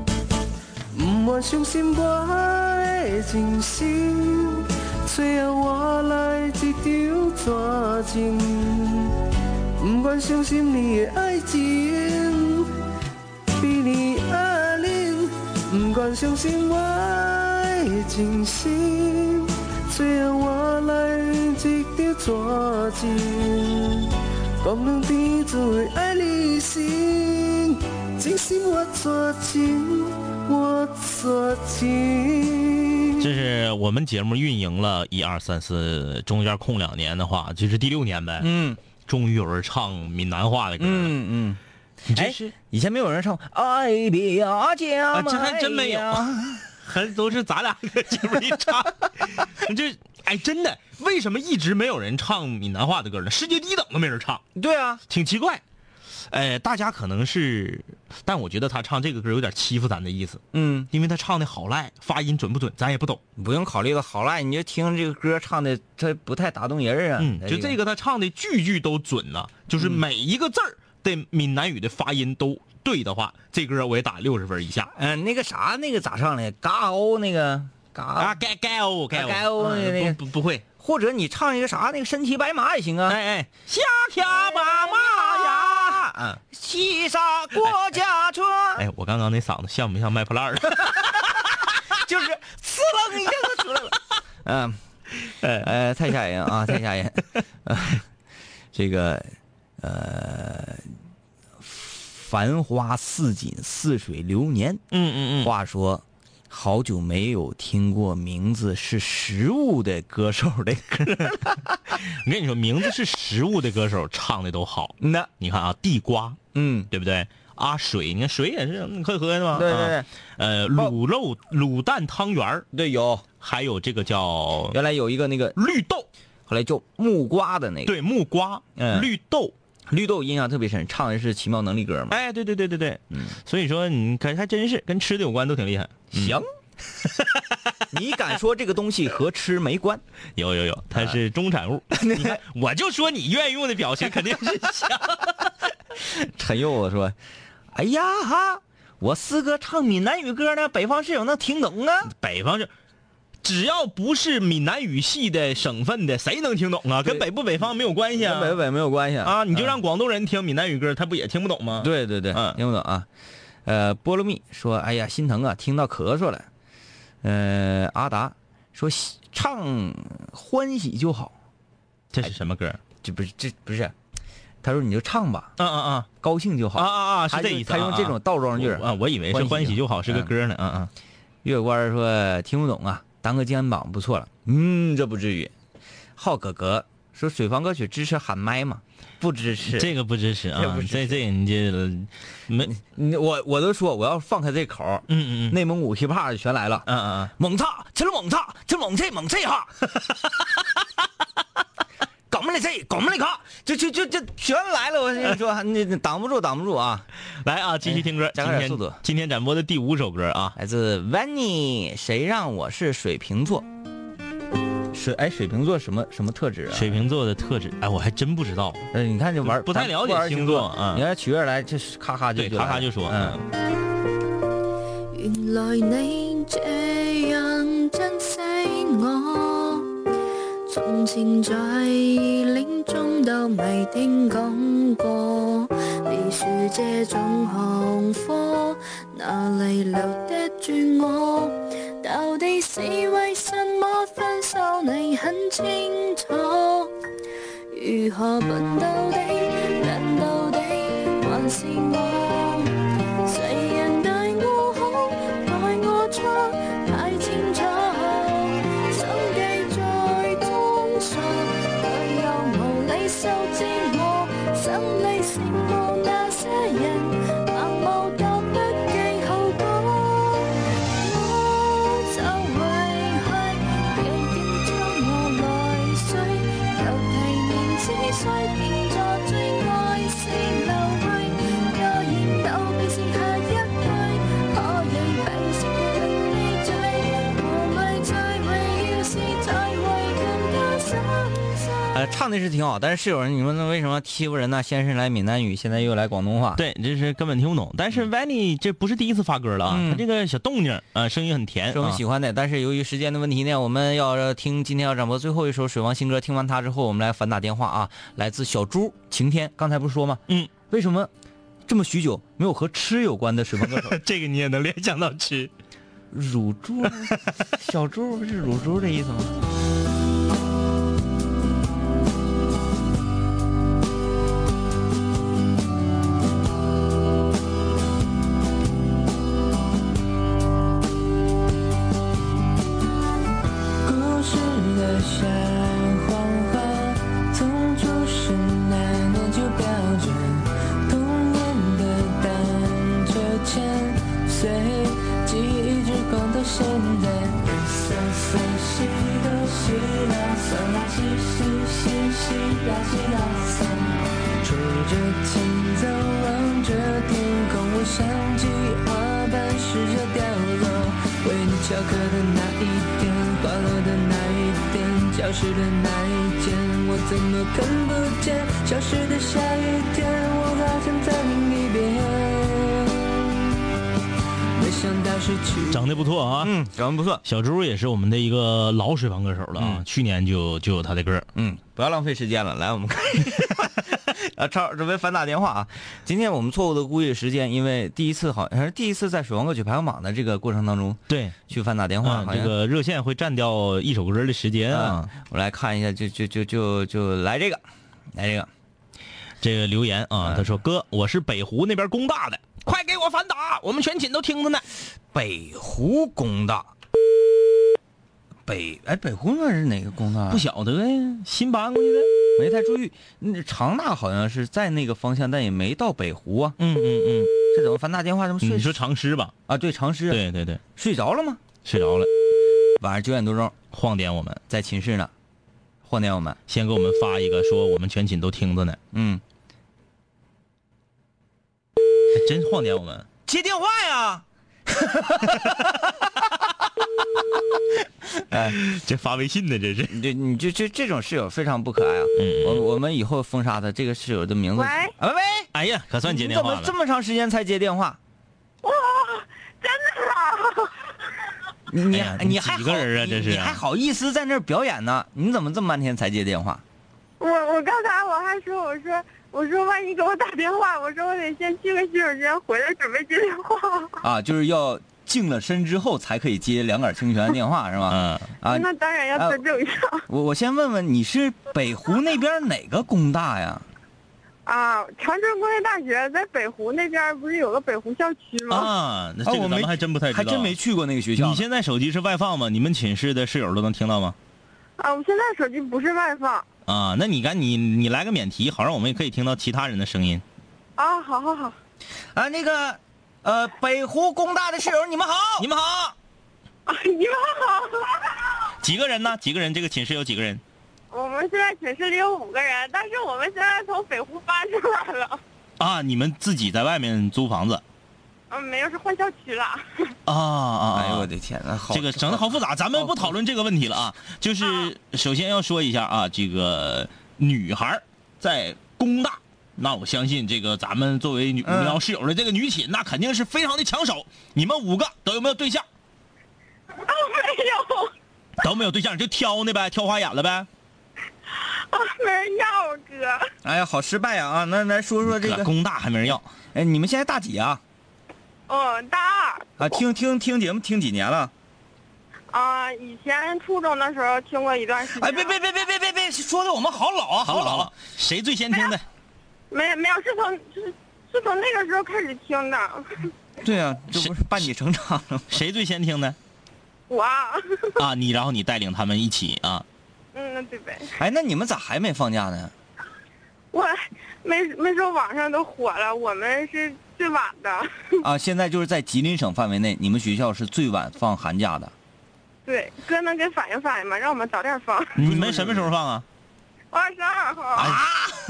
Speaker 6: 不愿相信我的真心，最后换来一张纸巾。不愿相信你的爱情，比你阿玲。不愿相信我的真心，最后换来一张纸巾。讲两天就会爱你心，真心我绝情，我绝情。
Speaker 2: 这是我们节目运营了一二三四，中间空两年的话，就是第六年呗。
Speaker 3: 嗯
Speaker 2: 终于有人唱闽南话的歌了。
Speaker 3: 嗯
Speaker 2: 你
Speaker 3: 嗯，
Speaker 2: 这
Speaker 3: 哎
Speaker 2: 是、，
Speaker 3: 以前没有人唱《爱表家》
Speaker 2: 啊，
Speaker 3: 吗？
Speaker 2: 这还真没有
Speaker 3: 哎 呀，
Speaker 2: 还都是咱俩搁节目里 唱。你这哎，真的，为什么一直没有人唱闽南话的歌呢？世界第一等都没人唱，
Speaker 3: 对啊，
Speaker 2: 挺奇怪。呃，大家可能是，但我觉得他唱这个歌有点欺负咱的意思，
Speaker 3: 嗯，
Speaker 2: 因为他唱的好赖，发音准不准咱也不懂。
Speaker 3: 不用考虑到好赖，你就听这个歌唱的，它不太打动人啊。
Speaker 2: 嗯，就这
Speaker 3: 个，
Speaker 2: 个他唱的句句都准呐、就是
Speaker 3: 嗯
Speaker 2: 每一个字儿的闽南语的发音都对的话，这歌我也打六十分以下。
Speaker 3: 嗯，那个啥，那个咋唱来？嘎欧那个嘎
Speaker 2: 啊，
Speaker 3: 啊，
Speaker 2: 该该哦，该哦，
Speaker 3: 该哦
Speaker 2: 嗯
Speaker 3: 那个
Speaker 2: 不不不会。
Speaker 3: 或者你唱一个啥，那个身骑白马也行啊。
Speaker 2: 哎哎，下卡巴马呀！嗯，
Speaker 3: 西沙过家庄，
Speaker 2: 哎，我刚刚那嗓子像不像麦破烂儿？啊
Speaker 3: 就是呲楞一下就出来 了。嗯，呃呃，太吓人啊，太吓人。呃这个呃，繁花似锦，似水流年。
Speaker 2: 嗯嗯
Speaker 3: 话说，好久没有听过名字是食物的歌手的歌了。
Speaker 2: 嗯，我跟你说，名字是食物的歌手唱的都好。
Speaker 3: 那
Speaker 2: 你看啊，地瓜，
Speaker 3: 嗯，
Speaker 2: 对不对？啊，水，你看水也是你可以喝的嘛。
Speaker 3: 对对
Speaker 2: 啊呃，卤肉、卤蛋汤圆儿
Speaker 3: 对，有
Speaker 2: 还有这个叫
Speaker 3: 原来有一个那个，
Speaker 2: 绿豆，
Speaker 3: 后来叫木瓜的那个，
Speaker 2: 对，木瓜、
Speaker 3: 嗯
Speaker 2: 绿豆，
Speaker 3: 绿豆印象特别深，唱的是《奇妙能力歌》嘛。
Speaker 2: 哎，对对对对对，
Speaker 3: 嗯
Speaker 2: 所以说你看还真是跟吃的有关，都挺厉害。
Speaker 3: 行，你敢说这个东西和吃没关？
Speaker 2: 有有有，它是中产物。你看，我就说你愿意用的表情肯定是 像。
Speaker 3: 陈佑说：“哎呀哈，我四哥唱闽南语歌呢，北方室友能听懂啊？
Speaker 2: 北方就，只要不是闽南语系的省份的，谁能听懂啊？跟北不北方没有关系啊。
Speaker 3: 北北没有关系嗯
Speaker 2: 啊，你就让广东人听闽南语歌，他不也听不懂吗？，
Speaker 3: 对对对，
Speaker 2: 嗯
Speaker 3: 听不懂啊。呃，菠萝蜜说：“哎呀，心疼啊，听到咳嗽了。”呃，阿达说：“喜唱欢喜就好，
Speaker 2: 这是什么歌？
Speaker 3: 这不是这不是。”啊他说：“你就唱吧，
Speaker 2: 啊啊啊
Speaker 3: 高兴就好。
Speaker 2: 啊啊啊！是这意思
Speaker 3: 他
Speaker 2: 啊。
Speaker 3: 用这种倒装句
Speaker 2: 啊，我以为是欢喜就好，
Speaker 3: 嗯
Speaker 2: 是个歌呢。啊啊，
Speaker 3: 月官说听不懂啊，当个肩膀不错了。嗯，这不至于。浩哥哥说水房歌曲支持喊麦吗？不支持。
Speaker 2: 这个不支持
Speaker 3: 这
Speaker 2: 啊
Speaker 3: 不支，持嗯
Speaker 2: 这这你这没，嗯
Speaker 3: 你我我都说我要放开这口儿，
Speaker 2: 嗯嗯嗯
Speaker 3: 内蒙古 hiphop 就全来了。
Speaker 2: 嗯嗯
Speaker 3: 猛炸，吃了猛炸，吃猛这猛这哈。 搞么的这，搞么的嘎，就就就就全来了！我跟你说，你你挡不住，挡不住啊！
Speaker 2: 嗯，来啊，继续听歌。
Speaker 3: 加
Speaker 2: 今
Speaker 3: 快点
Speaker 2: 天
Speaker 3: 速度
Speaker 2: 今天展播的第五首歌啊，
Speaker 3: 来自 Vanny，谁让我是水瓶座？水哎，水瓶座什么什么特质啊？
Speaker 2: 水瓶座的特质，哎，我还真不知道。
Speaker 3: 呃，你看这玩儿
Speaker 2: 不太了解
Speaker 3: 咱玩儿
Speaker 2: 星
Speaker 3: 星
Speaker 2: 座嗯
Speaker 3: 你看取悦来，这是咔咔就
Speaker 2: 对，咔咔就说，
Speaker 3: 嗯，
Speaker 8: 原来你这样珍惜我，从前在领中都未听讲过。你说这种行科哪里留得住我？到底是为什么分手？你很清楚。
Speaker 6: 如何笨到底，笨到底，還是我？誰人對我好，待我錯，太清楚。心機再裝傻，卻又無理受折磨。心理承磨那些人，盲目到不計後果。我就為去，讓點將我來睡，又提年之衰，變作最愛是流淚，若然道別是下一句，可以閉上眼你醉，無謂再為要是再為更加心碎。
Speaker 3: 呃，唱的是挺好，但是室友，你们为什么欺负人呢？先是来闽南语，现在又来广东话。
Speaker 2: 对，这是根本听不懂。但是 Vanny 这不是第一次发歌了啊，
Speaker 3: 嗯
Speaker 2: 他这个小动静啊、呃声音很甜，
Speaker 3: 是我们
Speaker 2: 啊
Speaker 3: 喜欢的，但是由于时间的问题呢，我们要听今天要展播最后一首水王新歌。听完它之后，我们来反打电话啊，来自小猪晴天。刚才不是说吗？
Speaker 2: 嗯，
Speaker 3: 为什么这么许久没有和吃有关的水王歌手？
Speaker 2: 这个你也能联想到吃。
Speaker 3: 乳猪， 小猪不是乳猪的意思吗？
Speaker 4: 故事的小黄花，从出生那年就标准，童年的荡秋千，随记忆之光的现在。三四西哆西啦，三啦西西西西啦西啦三，吹着琴在望着天空，我想起花瓣试着掉落，为你翘课的那一天，快乐的那一天，教室的那一天，我怎么看不见？消失的下雨天，我好想再听一遍，没想到失去。
Speaker 2: 长得不错啊。
Speaker 3: 嗯，长得不错。
Speaker 2: 小猪也是我们的一个老水房歌手了啊，
Speaker 3: 嗯
Speaker 2: 去年就就有他的歌。
Speaker 3: 嗯，不要浪费时间了，来，我们开 始。啊，超准备反打电话啊！今天我们错误的估计时间，因为第一次好像是第一次在水王歌曲排行榜的这个过程当中
Speaker 2: 对，
Speaker 3: 去反打电话，
Speaker 2: 嗯，
Speaker 3: 好
Speaker 2: 这
Speaker 3: 像
Speaker 2: 个热线会占掉一首歌的时间啊
Speaker 3: 啊。，我来看一下，就就就就就来这个，来这个，
Speaker 2: 这个留言啊，
Speaker 3: 嗯
Speaker 2: 他说：“哥，我是北湖那边工大的，快给我反打，我们全寝都听着呢。
Speaker 3: 北湖工大，北哎北湖那是哪个工大啊？
Speaker 2: 不晓得呀，新搬过去的。
Speaker 3: 没太注意，那长大好像是在那个方向，但也没到北湖啊。
Speaker 2: 嗯嗯嗯，
Speaker 3: 这怎么反打电话怎么睡？
Speaker 2: 你说长诗吧？
Speaker 3: 啊，嗯对，长师
Speaker 2: 对对对，
Speaker 3: 睡着了吗？
Speaker 2: 睡着了，
Speaker 3: 晚上九点多钟
Speaker 2: 晃点我们，
Speaker 3: 在寝室呢，晃点我们，
Speaker 2: 先给我们发一个，说我们全寝都听着呢，
Speaker 3: 嗯，
Speaker 2: 还哎真晃点 我们。
Speaker 3: 接电话呀，
Speaker 2: 这发微信的这是，
Speaker 3: 你这你就这这种室友非常不可爱啊。
Speaker 2: 嗯
Speaker 3: 我我们以后封杀他这个室友的名字。
Speaker 9: 喂
Speaker 3: 啊喂喂，
Speaker 2: 哎呀，可算接
Speaker 3: 你
Speaker 2: 电
Speaker 3: 怎
Speaker 2: 话
Speaker 3: 么这
Speaker 2: 了。
Speaker 3: 么长时间才接电话？哇，真的
Speaker 2: 哎
Speaker 3: 啊
Speaker 2: 呀！
Speaker 3: 你
Speaker 2: 你
Speaker 3: 你还
Speaker 2: 几个
Speaker 3: 好
Speaker 2: 人啊
Speaker 3: 你
Speaker 2: 这是
Speaker 3: 你还好意思在那儿表演呢？你怎么这么半天才接电话？
Speaker 9: 我我刚才我还说我说我说万一给我打电话，我说我得先去个洗手间，回来准备接电话。
Speaker 3: 啊，就是要净了身之后才可以接两杆清泉的电话是吧？
Speaker 2: 嗯，
Speaker 3: 啊，
Speaker 9: 那当然要
Speaker 3: 啊
Speaker 9: 尊重一下
Speaker 3: 我我先问问你是北湖那边哪个工大呀？
Speaker 9: 啊。长春工业大学在北湖那边不是有个北湖校区吗？
Speaker 2: 啊，那
Speaker 3: 啊，
Speaker 2: 这
Speaker 3: 我
Speaker 2: 个咱
Speaker 3: 没
Speaker 2: 们还真不太知道，
Speaker 3: 还真没。去过那个学校。
Speaker 2: 你现在手机是外放吗？你们寝室的室友都能听到吗？
Speaker 9: 啊，我现在手机不是外放
Speaker 2: 啊，那你赶你你来个免提，好让我们也可以听到其他人的声音。
Speaker 9: 啊。好好好
Speaker 3: 啊，那个，呃，北湖工大的室 友，你们好，
Speaker 2: 你们好，
Speaker 9: 啊，你们好。
Speaker 2: 几个人呢？几个人？这个寝室有几个人？
Speaker 9: 我们现在寝室里有五个人，但是我们现在从北湖搬出来了，
Speaker 2: 啊，你们自己在外面租房子
Speaker 9: 嗯，没有是换校区了。
Speaker 2: 啊啊！
Speaker 3: 哎呦我的天呐，好
Speaker 2: 这个整的好复杂，咱们不讨论这个问题了啊。就是首先要说一下啊，这个女孩儿在工大，那我相信这个咱们作为女无
Speaker 3: 嗯
Speaker 2: 聊室友的这个女寝，那肯定是非常的抢手。你们五个都有没有对象？
Speaker 9: 啊，没有
Speaker 2: 都没有对象就挑呢呗，挑花眼了呗。
Speaker 9: 啊，没人要哥。
Speaker 3: 哎呀，好失败呀啊！那来说说这
Speaker 2: 搁
Speaker 3: 个，
Speaker 2: 工大还没人要，
Speaker 3: 哎，你们现在大几啊？
Speaker 9: 嗯，大二
Speaker 3: 啊，听听听节目听几年了？
Speaker 6: 啊、以前初中的时候听过一段时间。
Speaker 2: 哎，别别别别别别别，说的我们好
Speaker 3: 哦
Speaker 2: 老啊，好老啊！谁最先听
Speaker 3: 哎
Speaker 2: 的？
Speaker 6: 没没有，是从是是从那个时候开始 听的。
Speaker 3: 对啊，这不是伴你成长了吗？
Speaker 2: 谁最先听的？
Speaker 6: 我啊，
Speaker 2: 啊，你然后你带领他们一起啊，
Speaker 6: 嗯，对呗。
Speaker 3: 哎，那你们咋还没放假呢？
Speaker 6: 我没没说网上都火了，我们是最晚的。
Speaker 3: 啊，现在就是在吉林省范围内，你们学校是最晚放寒假的。
Speaker 6: 对，哥能给反映反映吗？让我们早点放。
Speaker 2: 你们什么时候放啊？
Speaker 6: 二十二号，
Speaker 2: 哎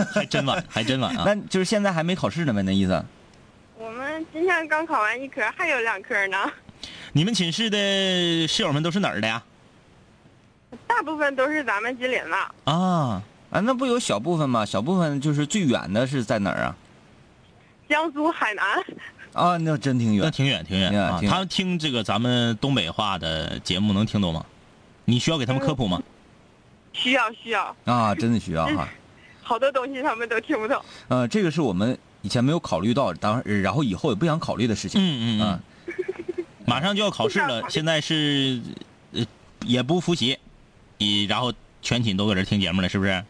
Speaker 2: 还真晚，还真晚啊！
Speaker 3: 那就是现在还没考试呢呗，那意思。
Speaker 6: 我们今天刚考完一科，还有两科呢。
Speaker 2: 你们寝室的室友们都是哪儿的呀？
Speaker 6: 大部分都是咱们吉林的，
Speaker 2: 啊，
Speaker 3: 啊，那不有小部分吗？小部分就是最远的是在哪儿啊？
Speaker 6: 江苏、海南。
Speaker 3: 啊，那真挺
Speaker 2: 那
Speaker 3: 远。
Speaker 2: 挺远，挺远
Speaker 3: 挺远
Speaker 2: 啊！
Speaker 3: 挺远
Speaker 2: 他们听这个咱们东北话的节目能听懂吗？你需要给他们科普吗？
Speaker 6: 需要需要，
Speaker 3: 啊，真的需要哈。
Speaker 6: 好多东西他们都听不懂。
Speaker 2: 嗯
Speaker 3: 呃，这个是我们以前没有考虑到，当然后以后也不想考虑的事情。
Speaker 2: 嗯嗯
Speaker 3: 啊
Speaker 2: 嗯，，马上就要考试了，现在是呃也不复习，你然后全寝都搁这听节目了，是不是？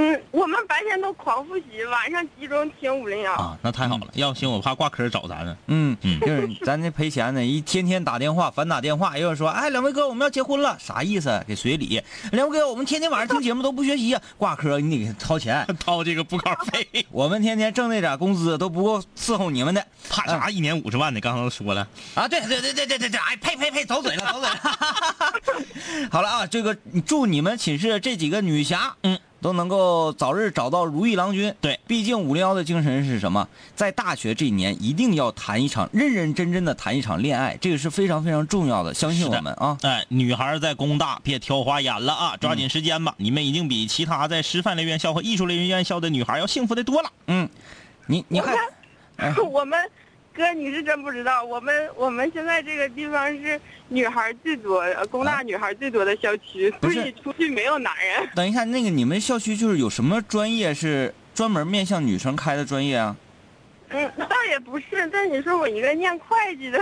Speaker 6: 嗯，我们白天都狂复习，晚上集中听五零幺。
Speaker 2: 啊，那太好了，要不行我怕挂科找咱们。
Speaker 3: 嗯，
Speaker 2: 嗯
Speaker 3: 就是 咱这赔钱呢，一天天打电话，反打电话，又说，哎，两位哥，我们要结婚了，啥意思啊？给随礼。两位哥，我们天天晚上听节目都不学习啊，挂科你得给掏 钱。
Speaker 2: 掏这个补考费，
Speaker 3: 我们天天挣那点工资都不够伺候你们的
Speaker 2: 怕啥？一年五十万的，刚刚说了，
Speaker 3: 啊！对对对对对对对，哎，呸呸呸，走嘴了，走嘴了。 好了啊，这个祝你们寝室这几个女侠，
Speaker 2: 嗯，
Speaker 3: 都能够早日找到如意郎君。
Speaker 2: 对，
Speaker 3: 毕竟五零幺的精神是什么？在大学这一年，一定要谈一场认认真真的谈一场恋爱，这个是非常非常重要的。相信
Speaker 2: 是的
Speaker 3: 我们啊，
Speaker 2: 哎，女孩在工大别挑花眼了啊，抓紧时间吧！你们已经比其他在师范类院校和艺术类院校的女孩要幸福的多了。
Speaker 3: 嗯，你你还哎
Speaker 6: 我们哥，你是真不知道，我们我们现在这个地方是女孩最多的，工大女孩最多的校区，
Speaker 3: 啊不
Speaker 6: 所
Speaker 3: 是
Speaker 6: 以出去没有男 人。
Speaker 3: 等一下，那个你们校区就是有什么专业是专门面向女生开的专业啊？
Speaker 6: 嗯，倒也不是，但你说我一个念会计的，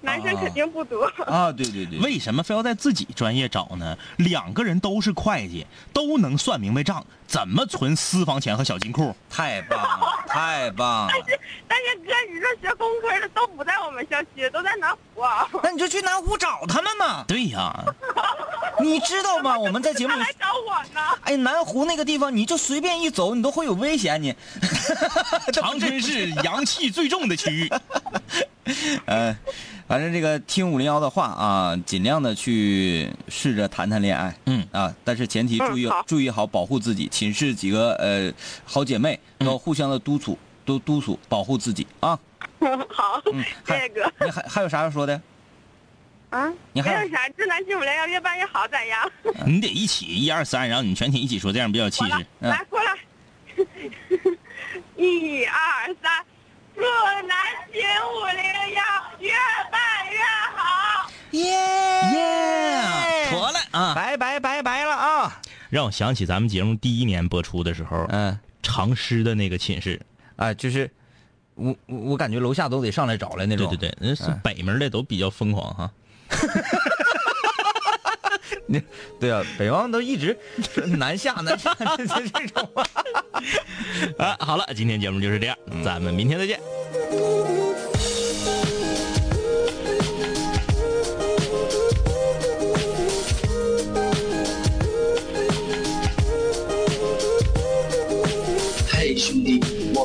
Speaker 6: 男生肯定不多。
Speaker 3: 啊，对对对，
Speaker 2: 为什么非要在自己专业找呢？两个人都是会计，都能算明白账，怎么存私房钱和小金库？
Speaker 3: 太棒了，太棒了。
Speaker 6: 但是哥，你说学工科的都不在我们校区，都在南湖啊。
Speaker 3: 那你就去南湖找他们嘛。
Speaker 2: 对呀，
Speaker 3: 你知道 吗？我们在节目
Speaker 6: 他
Speaker 3: 里
Speaker 6: 来，找我呢。
Speaker 3: 哎，南湖那个地方，你就随便一走，你都会有危险。你，
Speaker 2: 长春市阳气最重的区域。
Speaker 3: 呃，反正这个听五零幺的话啊，尽量的去试着谈谈恋爱。
Speaker 2: 嗯
Speaker 3: 啊，但是前提
Speaker 6: 嗯
Speaker 3: 注意、
Speaker 6: 好
Speaker 3: 注意好保护自己，寝室几个呃好姐妹
Speaker 2: 嗯
Speaker 3: 要互相的督促，都督促保护自己啊。
Speaker 6: 好，
Speaker 3: 嗯
Speaker 6: 谢谢哥。
Speaker 3: 你还还有啥要说的？
Speaker 6: 啊，
Speaker 3: 你
Speaker 6: 没
Speaker 3: 还
Speaker 6: 有啥，祝南青五零幺越办越好，咋样？
Speaker 2: 你得一起一二三，然后你全体一起说，这样比较有气
Speaker 6: 过来
Speaker 2: 势。，
Speaker 3: 嗯
Speaker 6: 来过来， 一二三，祝南青五零幺越办越好。
Speaker 3: 耶
Speaker 2: 耶，妥了啊！
Speaker 3: 拜拜拜拜了啊！
Speaker 2: 让我想起咱们节目第一年播出的时候，
Speaker 3: 嗯、
Speaker 2: 长师的那个寝室，
Speaker 3: 啊、就是我我我感觉楼下都得上来找来那
Speaker 2: 对
Speaker 3: 种。
Speaker 2: 对对，那是
Speaker 3: 哎
Speaker 2: 北门的都比较疯狂哈。
Speaker 3: 对啊，北方都一直说南下南下 这这这种话。
Speaker 2: 啊，好了，今天节目就是这样，咱们明天再见。
Speaker 10: 嘿，兄弟，我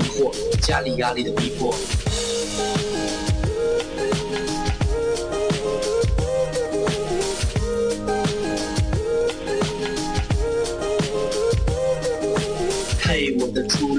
Speaker 10: 惑，家里压力的逼迫。嘿，我的初